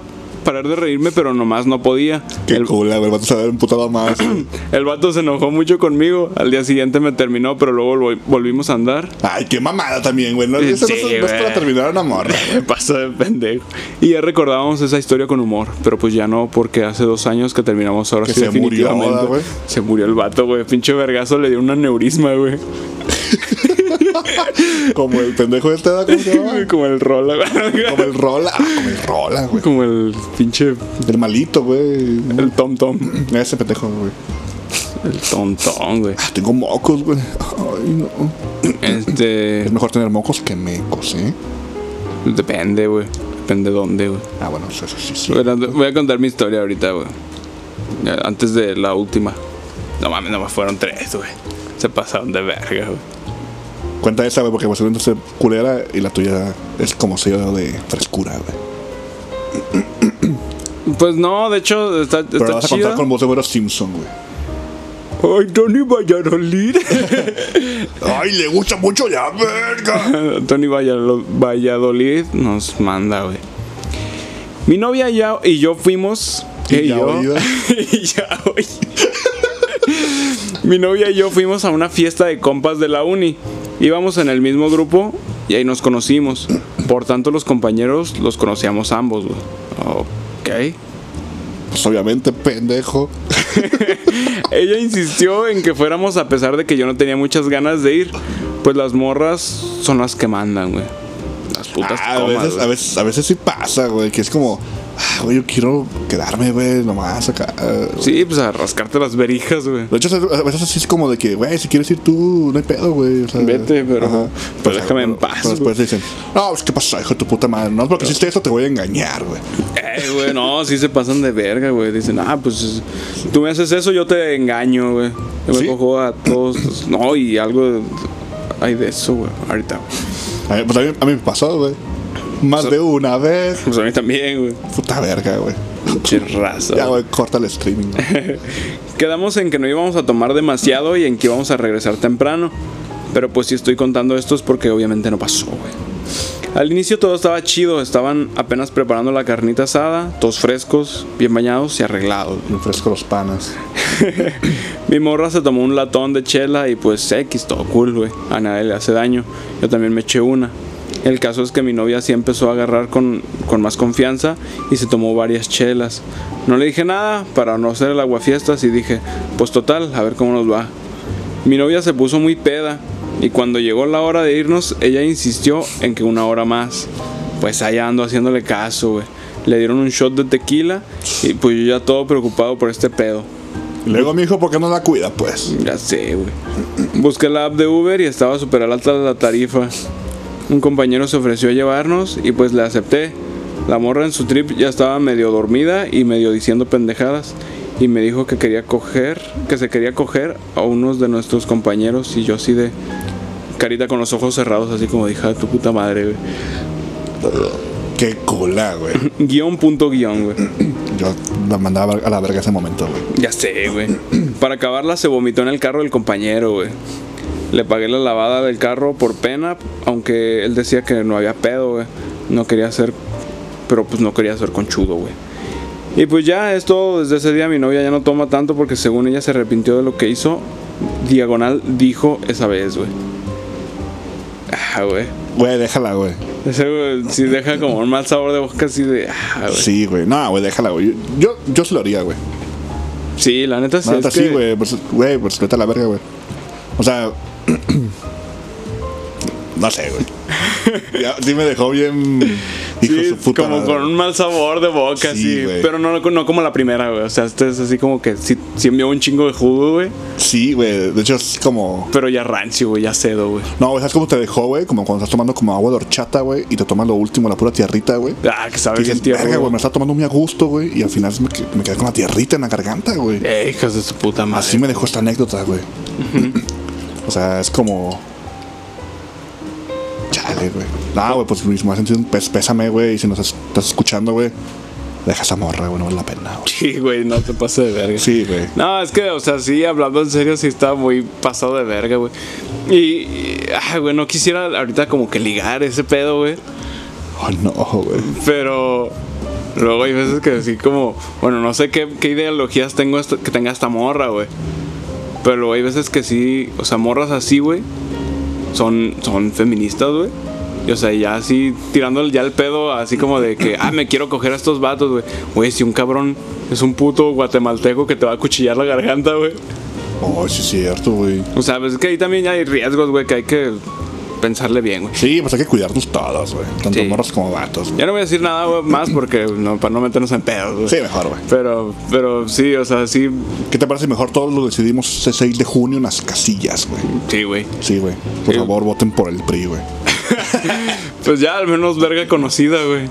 Speaker 2: parar de reírme, pero nomás no podía.
Speaker 1: Qué
Speaker 2: El-
Speaker 1: cool, güey. El vato se había emputado más. güey.
Speaker 2: El vato se enojó mucho conmigo. Al día siguiente me terminó, pero luego vol- volvimos a andar.
Speaker 1: Ay, qué mamada también, güey. No,
Speaker 2: Sí,
Speaker 1: eso no, es- no es
Speaker 2: güey.
Speaker 1: para terminar una morra.
Speaker 2: Me pasó de pendejo. Y ya recordábamos esa historia con humor, pero pues ya no, porque hace dos años que terminamos ahora
Speaker 1: Que
Speaker 2: sí
Speaker 1: se murió,
Speaker 2: definitivamente.
Speaker 1: ¿verdad, güey?
Speaker 2: se murió el vato, güey. Pinche vergazo le dio un aneurisma, güey.
Speaker 1: Como el pendejo de esta edad, ¿cómo se llama?
Speaker 2: Como el rola, güey.
Speaker 1: Como el rola. Ah, Como el rola, güey.
Speaker 2: Como el pinche.
Speaker 1: El malito, güey.
Speaker 2: El tom tom.
Speaker 1: Ese pendejo, güey.
Speaker 2: El tontón, güey.
Speaker 1: Ah, Tengo mocos, güey. Ay, no.
Speaker 2: Este.
Speaker 1: Es mejor tener mocos que mecos, ¿eh?
Speaker 2: Depende, güey. Depende dónde, güey.
Speaker 1: Ah, bueno, eso sí, sí. sí.
Speaker 2: Bueno, Voy a contar mi historia ahorita, güey. Ya, Antes de la última. No mames, nomás fueron tres, güey. Se pasaron de verga, güey.
Speaker 1: Cuenta esa, güey, porque posiblemente se culera y la tuya es como sello de frescura, güey.
Speaker 2: Pues no, de hecho, está,
Speaker 1: Pero la
Speaker 2: está
Speaker 1: vas a contar
Speaker 2: chida.
Speaker 1: con voz de Homero Simpson, güey.
Speaker 2: Ay, Tony Valladolid.
Speaker 1: ¡Ay, le gusta mucho la verga!
Speaker 2: Tony Vallalo- Valladolid nos manda, güey. Mi novia ya y yo fuimos.
Speaker 1: Y
Speaker 2: eh,
Speaker 1: ya
Speaker 2: yo-
Speaker 1: oído.
Speaker 2: y ya oí. Mi novia y yo fuimos a una fiesta de compas de la uni. Íbamos en el mismo grupo y ahí nos conocimos. Por tanto, los compañeros los conocíamos ambos, güey. Ok.
Speaker 1: Pues obviamente, pendejo.
Speaker 2: Ella insistió en que fuéramos a pesar de que yo no tenía muchas ganas de ir. Pues las morras son las que mandan, güey. Las putas
Speaker 1: Ah, a,
Speaker 2: comas,
Speaker 1: veces,
Speaker 2: güey.
Speaker 1: a, veces, a veces sí pasa, güey, que es como, ah, güey, yo quiero quedarme, güey, nomás acá.
Speaker 2: Sí, pues a rascarte las verijas, güey.
Speaker 1: De hecho, a veces así es como de que, güey, si quieres ir tú, no hay pedo, güey. o sea,
Speaker 2: Vete, pero- pero
Speaker 1: Pues,
Speaker 2: déjame en
Speaker 1: pero-
Speaker 2: paz,
Speaker 1: pero después dicen, no, pues qué pasa, hijo de tu puta madre. No, porque hiciste eso, te voy a engañar, güey.
Speaker 2: Eh, güey, no, sí se pasan de verga, güey. Dicen, ah, pues es- tú me haces eso, yo te engaño, güey. Yo me
Speaker 1: ¿Sí?
Speaker 2: cojo a todos. No, y algo de- hay de eso, güey. Ahorita, güey.
Speaker 1: A mí, pues a mí, a mí me pasó, güey. Más de una vez.
Speaker 2: Pues a mí también, güey.
Speaker 1: Puta verga, güey.
Speaker 2: Pinche raza.
Speaker 1: Ya,
Speaker 2: güey.
Speaker 1: güey, corta el streaming. güey.
Speaker 2: Quedamos en que no íbamos a tomar demasiado y en que íbamos a regresar temprano. Pero pues si estoy contando esto es porque obviamente no pasó, güey. Al inicio todo estaba chido, estaban apenas preparando la carnita asada, todos frescos, bien bañados y arreglados.
Speaker 1: Me ofrezco los panas.
Speaker 2: Mi morra se tomó un latón de chela y pues X, todo cool, güey. A nadie le hace daño. Yo también me eché una. El caso es que mi novia sí empezó a agarrar con, con más confianza y se tomó varias chelas. No le dije nada para no hacer el aguafiestas y dije, pues total, a ver cómo nos va. Mi novia se puso muy peda y cuando llegó la hora de irnos, ella insistió en que una hora más. Pues allá ando haciéndole caso, güey. Le dieron un shot de tequila y pues yo ya todo preocupado por este pedo.
Speaker 1: Y Luego, mi hijo, ¿por qué no la cuida, pues?
Speaker 2: Ya sé, güey. Busqué la app de Uber y estaba súper alta la tarifa. Un compañero se ofreció a llevarnos y pues le acepté. La morra en su trip ya estaba medio dormida y medio diciendo pendejadas. Y me dijo que quería coger, que se quería coger a unos de nuestros compañeros. Y yo así de carita con los ojos cerrados, así como hija de tu puta madre, güey.
Speaker 1: Qué cola, güey.
Speaker 2: Guión punto guión, güey.
Speaker 1: Yo la mandaba a la verga ese momento, güey.
Speaker 2: Ya sé, güey. Para acabarla se vomitó en el carro del compañero, güey. Le pagué la lavada del carro por pena, aunque él decía que no había pedo, güey. No quería ser, pero pues no quería ser conchudo, güey. Y pues ya esto, desde ese día mi novia ya no toma tanto porque según ella se arrepintió de lo que hizo. Diagonal dijo esa vez, güey. Ah, güey.
Speaker 1: Güey, déjala, güey.
Speaker 2: Ese, güey, sí deja como un mal sabor de boca así de... Ah, güey. Sí.
Speaker 1: Sí, güey. No, güey, déjala, güey. Yo, yo se lo haría, güey.
Speaker 2: la neta sí.
Speaker 1: La neta,
Speaker 2: es que-
Speaker 1: sí, güey. Pues, güey, pues vete a la verga, güey. O sea. no sé, güey. Ya, sí me dejó bien. Hijo de
Speaker 2: Sí,
Speaker 1: su puta
Speaker 2: como
Speaker 1: madre.
Speaker 2: con un mal sabor de boca,
Speaker 1: Sí,
Speaker 2: sí.
Speaker 1: güey.
Speaker 2: Pero no, no como la primera, güey. O sea, este es así como que sí, sí envió un chingo de jugo, güey.
Speaker 1: Sí, güey. De hecho, es como.
Speaker 2: Pero ya rancio, güey, ya cedo, güey.
Speaker 1: No, güey, ¿sabes cómo te dejó, güey? Como cuando estás tomando como agua de horchata, güey, y te tomas lo último, la pura tierrita, güey.
Speaker 2: Ah, que
Speaker 1: Y
Speaker 2: sabe
Speaker 1: dices,
Speaker 2: el tío.
Speaker 1: verga, güey, me está tomando muy a gusto, güey. Y al final me, que- me quedé con la tierrita en la garganta, güey.
Speaker 2: Eh, hijos de su puta madre.
Speaker 1: Así me dejó esta anécdota, güey. o sea, es como. Chale, güey. No, güey, pues mismo, has sentido un pes- pésame, güey. Y si nos es- estás escuchando, güey, deja esa morra, güey, no vale la pena, güey.
Speaker 2: Sí, güey, no te pases de verga.
Speaker 1: Sí, güey.
Speaker 2: No, es que, o sea, sí, hablando en serio, sí estaba muy pasado de verga, güey. Y, y, ay, güey, no quisiera ahorita como que ligar ese pedo, güey.
Speaker 1: Oh, no, güey.
Speaker 2: Pero luego hay veces que así como, bueno, no sé qué, qué ideologías tengo esta- que tenga esta morra, güey. Pero luego hay veces que sí, o sea, morras así, güey, son, son feministas, güey. Y, o sea, ya así, tirándole ya el pedo, así como de que, ah, me quiero coger a estos vatos, güey. Güey, si un cabrón es un puto guatemalteco que te va a cuchillar la garganta, güey.
Speaker 1: Oh, sí, es cierto, güey.
Speaker 2: O sea, pues es que ahí también ya hay riesgos, güey, que hay que pensarle bien, güey.
Speaker 1: Sí, pues hay que cuidarnos todos, güey. Tanto
Speaker 2: Sí.
Speaker 1: morras como vatos, güey.
Speaker 2: Ya no voy a decir nada, güey, más porque no, para no meternos en pedos, güey.
Speaker 1: Sí, mejor, güey.
Speaker 2: Pero, pero sí, o sea, sí,
Speaker 1: ¿Qué te parece? Mejor todos lo decidimos ese 6 de junio en las casillas, güey.
Speaker 2: sí, güey.
Speaker 1: Sí, güey. Por
Speaker 2: Sí.
Speaker 1: favor, voten por el PRI, güey.
Speaker 2: Pues ya al menos verga conocida, güey.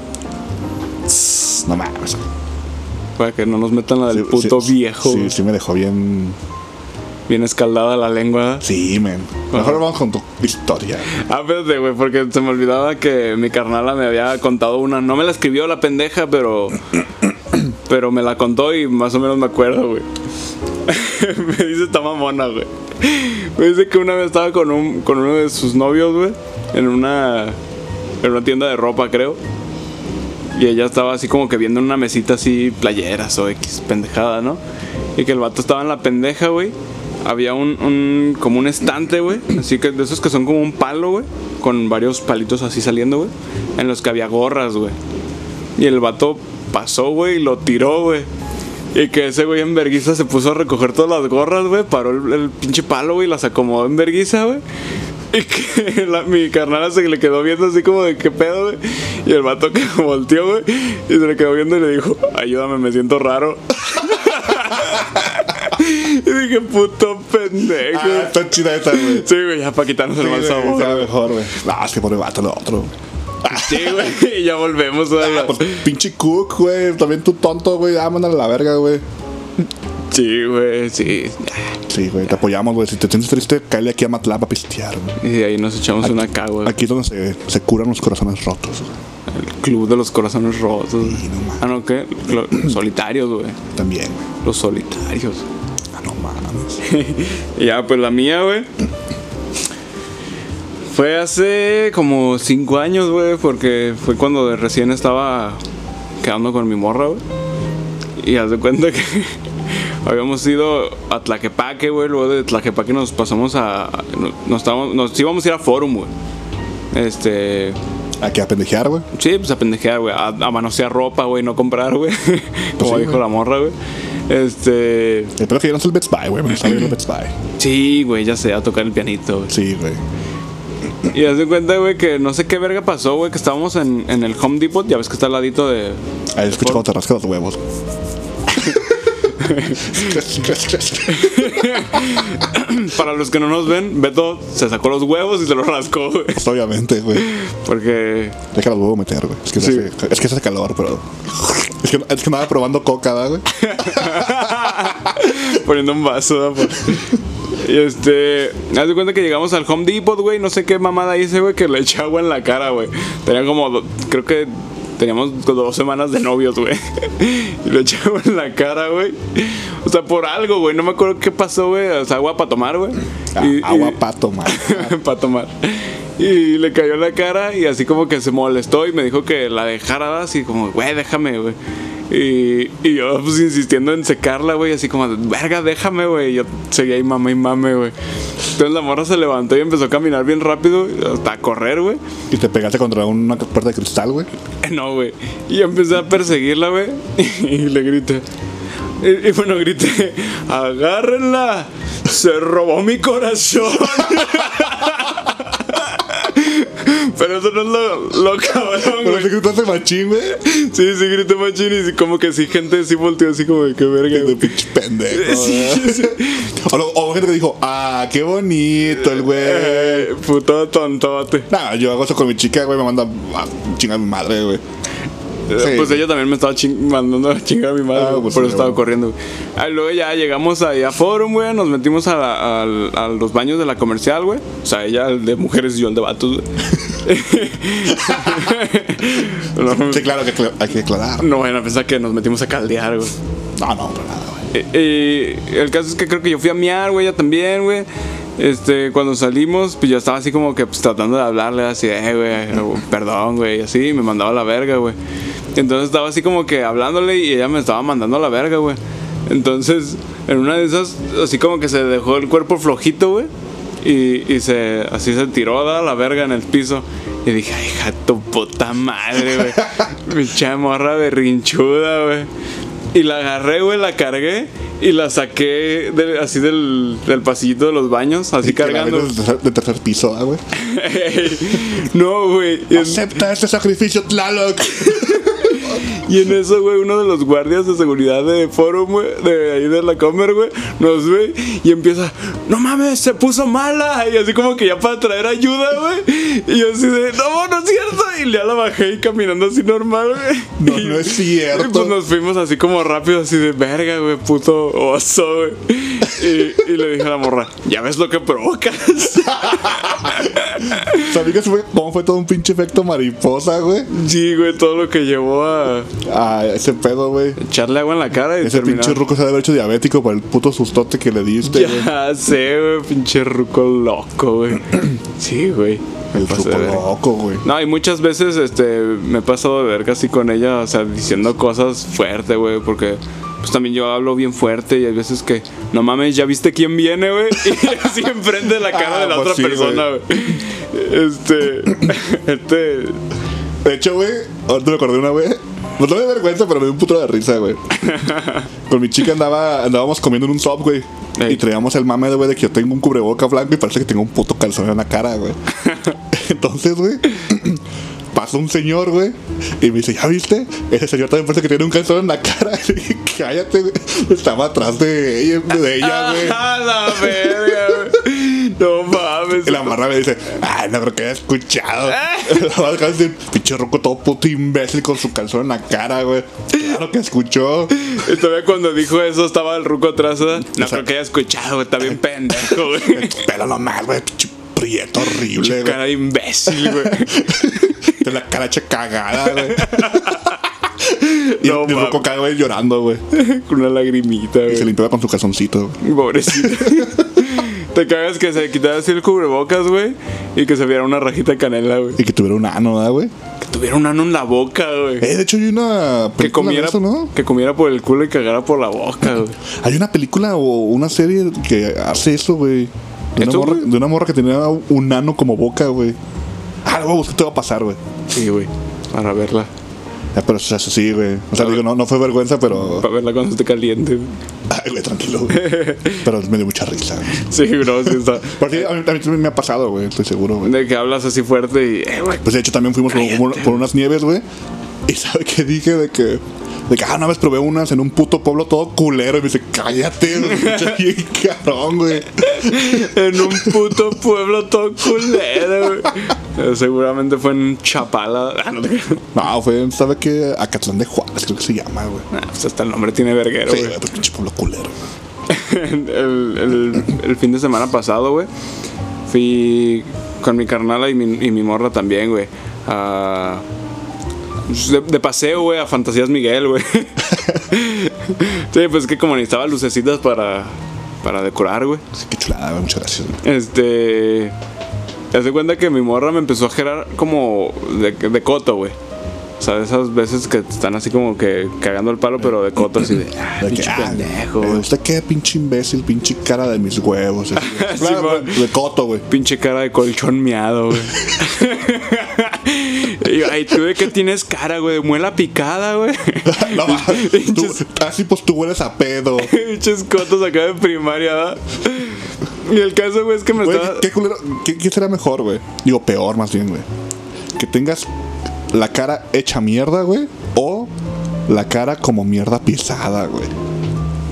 Speaker 1: No mames. güey.
Speaker 2: Para que no nos metan la del
Speaker 1: Sí,
Speaker 2: puto
Speaker 1: sí,
Speaker 2: viejo,
Speaker 1: Sí,
Speaker 2: güey.
Speaker 1: sí me dejó bien.
Speaker 2: bien escaldada la lengua.
Speaker 1: Sí, men. Mejor
Speaker 2: Ajá.
Speaker 1: vamos con tu historia.
Speaker 2: Ah, espérate, güey, porque se me olvidaba que mi carnala me había contado una. No me la escribió la pendeja, pero. Pero me la contó y más o menos me acuerdo, güey. me dice esta mamona, güey. Me dice que una vez estaba con, un, con uno de sus novios, güey. En una. En una tienda de ropa, creo. Y ella estaba así como que viendo en una mesita así playeras o X pendejada, ¿no? Y que el vato estaba en la pendeja, güey. Había un, un- como un estante, güey. Así que de esos que son como un palo, güey. Con varios palitos así saliendo, güey. En los que había gorras, güey. Y el vato pasó, güey, y lo tiró, güey. Y que ese güey en verguiza se puso a recoger todas las gorras, güey. Paró el, el pinche palo, güey, y las acomodó en verguiza, güey. Y que la- mi carnal se le quedó viendo así como de qué pedo, güey. Y el vato que volteó, güey. Y se le quedó viendo y le dijo, ayúdame, me siento raro. y dije, puto pendejo.
Speaker 1: Ah, está chida esta, güey.
Speaker 2: Sí, güey, ya para quitarnos el
Speaker 1: Sí,
Speaker 2: mal
Speaker 1: güey,
Speaker 2: sabor.
Speaker 1: está mejor, güey. No, es que pobre vato lo otro. güey.
Speaker 2: Sí, güey, y ya volvemos a
Speaker 1: Ah,
Speaker 2: la...
Speaker 1: pues pinche Cook, güey. También tú tonto, güey. Ah, mándale a la verga, güey.
Speaker 2: Sí, güey, sí.
Speaker 1: Sí, güey. Te apoyamos, güey. Si te sientes triste, cállate aquí a Matlab a pistear, güey.
Speaker 2: Y de ahí nos echamos una cagua.
Speaker 1: Aquí es donde se, se curan los corazones rotos, güey.
Speaker 2: El club de los corazones rotos.
Speaker 1: Sí, no mames.
Speaker 2: ah, no, ¿qué? Lo- Los solitarios, güey.
Speaker 1: También, güey.
Speaker 2: Los solitarios.
Speaker 1: Ah, no mames.
Speaker 2: Y ya, pues la mía, güey. Fue hace como cinco años, güey, porque fue cuando de recién estaba quedando con mi morra, güey. Y haz de cuenta que habíamos ido a Tlaquepaque, güey. Luego de Tlaquepaque nos pasamos a. a- Nos, estábamos- nos íbamos a ir a Forum, güey. Este.
Speaker 1: Aquí a pendejear, güey.
Speaker 2: Sí, pues a pendejear, güey. A, a manosear ropa, güey. No comprar, güey. Como
Speaker 1: sí,
Speaker 2: dijo
Speaker 1: güey.
Speaker 2: la morra, güey. Este.
Speaker 1: Espero que ya no sea el Best Buy, güey. Me está viendo el Best Buy.
Speaker 2: Sí, güey, ya sé, a tocar el pianito, güey.
Speaker 1: Sí, güey.
Speaker 2: Y haz de cuenta, güey, que no sé qué verga pasó, güey, que estábamos en, en el Home Depot, ya ves que está al ladito de.
Speaker 1: Ahí escucho cuando te rascas los huevos.
Speaker 2: Para los que no nos ven, Beto se sacó los huevos y se los rascó, güey.
Speaker 1: Pues, Obviamente, güey.
Speaker 2: Porque.
Speaker 1: Deja los huevos meter, güey. Es que,
Speaker 2: Sí.
Speaker 1: se hace, es que se hace calor, pero. Es que, es que andaba probando coca, ¿verdad, güey.
Speaker 2: Poniendo un vaso, ¿no? Y este. Haz de cuenta que llegamos al Home Depot, güey. No sé qué mamada hice, güey, que le eché agua en la cara, güey. Tenía como. do- Creo que. Teníamos como dos semanas de novios, güey. Y le eché agua en la cara, güey. O sea, por algo, güey. No me acuerdo qué pasó, güey. O sea, agua para tomar, güey.
Speaker 1: Ah,
Speaker 2: Y- y-
Speaker 1: agua para tomar.
Speaker 2: para tomar. Y le cayó en la cara y así como que se molestó y me dijo que la dejara así como, güey, déjame, güey. Y, y yo pues insistiendo en secarla, güey, así como, verga, déjame, güey. Y Yo seguía ahí mame y mame, güey. Entonces la morra se levantó y empezó a caminar bien rápido hasta a correr, güey.
Speaker 1: Y te pegaste contra una puerta de cristal, güey.
Speaker 2: No, güey. Y yo empecé a perseguirla, güey. Y le grité. Y, y bueno, grité, agárrenla. Se robó mi corazón. Pero eso no es lo, lo cabrón,
Speaker 1: Pero
Speaker 2: güey.
Speaker 1: te gritaste machín, güey.
Speaker 2: Sí, sí, grité machín y sí, como que sí, gente sí volteó así como de qué verga.
Speaker 1: De
Speaker 2: güey.
Speaker 1: pinche pendejo.
Speaker 2: Sí,
Speaker 1: ¿eh? O, lo- o gente que dijo, ah, qué bonito el güey.
Speaker 2: Eh, puto tontote.
Speaker 1: Nah, yo hago eso con mi chica, güey, me manda a chingar mi madre, güey. Sí.
Speaker 2: Pues ella también me estaba ching- mandando a chingar a mi madre,
Speaker 1: Ah,
Speaker 2: güey,
Speaker 1: pues
Speaker 2: por
Speaker 1: sí,
Speaker 2: eso estaba
Speaker 1: güey.
Speaker 2: corriendo. güey. Ah, luego ya llegamos ahí a Forum, güey, nos metimos a, la- al- a los baños de la comercial, güey. O sea, ella el de mujeres y yo el de vatos, güey. no,
Speaker 1: Sí, claro que acla- hay que aclarar.
Speaker 2: no vayan a pensar que nos metimos a caldear, güey.
Speaker 1: No, no, para nada, güey.
Speaker 2: Eh, eh, el caso es que creo que yo fui a miar, güey, ella también, güey. Este, cuando salimos, pues yo estaba así como que pues, tratando de hablarle así, eh, güey, o, perdón, güey, y así, me mandaba a la verga, güey. Entonces estaba así como que hablándole y ella me estaba mandando a la verga, güey. Entonces, en una de esas, así como que se dejó el cuerpo flojito, güey. Y, y se, así se tiró a la verga en el piso. Y dije, ay, hija, de tu puta madre, güey. Pinche morra berrinchuda, güey. Y la agarré, güey, la cargué y la saqué del- así del, del pasillito de los baños, así
Speaker 1: Y que la
Speaker 2: cargando.
Speaker 1: ves De tercer, de tercer piso, ah, güey.
Speaker 2: no, güey. Y, en-
Speaker 1: Acepta este sacrificio, Tlaloc.
Speaker 2: y en eso, güey, uno de los guardias de seguridad de Forum, güey, de ahí de la Comer, güey, nos ve y empieza, no mames, se puso mala. Y así como que ya para traer ayuda, güey. Y yo así de, no, no es cierto. Y ya la bajé y caminando así normal, güey.
Speaker 1: No,
Speaker 2: Y-
Speaker 1: no es
Speaker 2: Y
Speaker 1: cierto.
Speaker 2: pues nos fuimos así como rápido, así de verga, güey, puto oso, güey. Y, y le dije a la morra, ya ves lo que provocas.
Speaker 1: ¿Sabías güey, cómo fue todo un pinche efecto mariposa, güey?
Speaker 2: Sí, güey, todo lo que llevó a
Speaker 1: Ah, ese pedo, güey.
Speaker 2: echarle agua en la cara y
Speaker 1: Ese
Speaker 2: terminar.
Speaker 1: pinche ruco se ha de haber hecho diabético por el puto sustote que le diste, güey.
Speaker 2: Ya sé, güey, pinche ruco loco, güey. Sí, güey. me
Speaker 1: El
Speaker 2: pasé de
Speaker 1: ruco
Speaker 2: verga.
Speaker 1: loco, güey.
Speaker 2: No, y muchas veces este, me he pasado de ver casi con ella, o sea, diciendo cosas fuertes, güey, porque pues también yo hablo bien fuerte y hay veces que, no mames, ya viste quién viene, güey, y así enfrente de la cara
Speaker 1: Ah,
Speaker 2: de la
Speaker 1: pues
Speaker 2: otra
Speaker 1: sí,
Speaker 2: persona, güey. Este, este,
Speaker 1: De hecho, güey, ahorita me acordé una, güey. No me da vergüenza, pero me dio un puto de risa, güey. Con mi chica andaba, andábamos comiendo en un sub, güey.
Speaker 2: Ey.
Speaker 1: Y traíamos el mame de, güey, de que yo tengo un cubreboca blanco y parece que tengo un puto calzón en la cara, güey. Entonces, güey, pasó un señor, güey, y me dice, ¿ya viste? Ese señor también parece que tiene un calzón en la cara. Y dije, cállate, güey. Estaba atrás de ella, de ella, güey.
Speaker 2: ¡Ah, la verga, güey! No mames.
Speaker 1: Y la marra me dice, ay, no creo que haya escuchado. La marra acaba de decir, pinche roco todo puto imbécil con su calzón en la cara, güey. Claro que escuchó.
Speaker 2: Y todavía cuando dijo eso estaba el ruco atrás, ¿verdad? No
Speaker 1: O sea-
Speaker 2: creo que haya escuchado, güey, está bien pendejo, güey.
Speaker 1: Pero nomás, güey, pinche prieto horrible, güey.
Speaker 2: Cara de imbécil, güey.
Speaker 1: De la cara hecha cagada, güey. Y
Speaker 2: No,
Speaker 1: el- el
Speaker 2: mames.
Speaker 1: roco cae, güey, llorando, güey.
Speaker 2: Con una lagrimita,
Speaker 1: Y
Speaker 2: güey.
Speaker 1: se limpiaba con su calzoncito, güey.
Speaker 2: Pobrecito. Te cagas que se quitara así el cubrebocas, güey. Y que se viera una rajita de canela, güey.
Speaker 1: Y que tuviera un ano, ¿verdad, güey?
Speaker 2: Que tuviera un ano en la boca, güey.
Speaker 1: Eh, de hecho, hay una película
Speaker 2: Que comiera,
Speaker 1: de eso, ¿no?
Speaker 2: que comiera por el culo y cagara por la boca, güey.
Speaker 1: Hay una película o una serie que hace eso, güey. De, una
Speaker 2: ¿Eso,
Speaker 1: morra-
Speaker 2: güey?
Speaker 1: de una morra que tenía un ano como boca, güey. Ah, lo voy a buscar, te va a pasar, güey.
Speaker 2: Sí, güey. Para verla.
Speaker 1: Ya, pero eso es así, güey. O sea, digo, no, no fue vergüenza, pero.
Speaker 2: Para verla cuando esté caliente, güey.
Speaker 1: Ay, güey, tranquilo, güey. Pero me dio mucha risa, güey.
Speaker 2: Sí, bro, sí está.
Speaker 1: Por sí, a mí también me ha pasado, güey, estoy seguro, güey.
Speaker 2: De que hablas así fuerte y, eh, güey.
Speaker 1: Pues de hecho, también fuimos por, por- por unas nieves, güey. Y ¿sabe qué dije? De que. De que, ah, una vez probé unas en un puto pueblo todo culero. Y me dice, cállate, güey. pinche bien cabrón, güey.
Speaker 2: En un puto pueblo todo culero, güey. Eh, Seguramente fue en Chapala. Ah, no te creas.
Speaker 1: No, fue, ¿sabe qué? Acatlán de Juárez, creo que se llama, güey.
Speaker 2: Nah, pues hasta el nombre tiene verguero,
Speaker 1: Sí,
Speaker 2: güey.
Speaker 1: güey, pero pinche pueblo culero.
Speaker 2: el, el- el fin de semana pasado, güey, fui con mi carnala y mi, y mi morra también, güey. a- pues, de, de paseo, güey, a Fantasías Miguel, güey. sí, pues que como necesitaba lucecitas para, para decorar, güey.
Speaker 1: Así que chulada, güey, muchas gracias. güey.
Speaker 2: Este. Te das cuenta que mi morra me empezó a gerar como de, de coto, güey. O sea, de esas veces que están así como que cagando el palo, pero de coto, así de. Ah,
Speaker 1: De
Speaker 2: pinche
Speaker 1: ah,
Speaker 2: pendejo,
Speaker 1: eh,
Speaker 2: güey.
Speaker 1: ¿Usted qué pinche imbécil, pinche cara de mis huevos? así. Claro,
Speaker 2: Simón.
Speaker 1: güey, de coto, güey.
Speaker 2: Pinche cara de colchón miado, güey. Y yo, Ay, tú de qué tienes cara, güey, de muela picada, güey.
Speaker 1: No, ma, tú,
Speaker 2: Pinches-
Speaker 1: así pues tú hueles a pedo.
Speaker 2: Pinches cotos acá de primaria, ¿va? Y el caso, güey, es que me
Speaker 1: Güey,
Speaker 2: estaba.
Speaker 1: ¿qué, culero- qué- qué será mejor, güey? Digo, peor más bien, güey. que tengas la cara hecha mierda, güey, o la cara como mierda pisada, güey.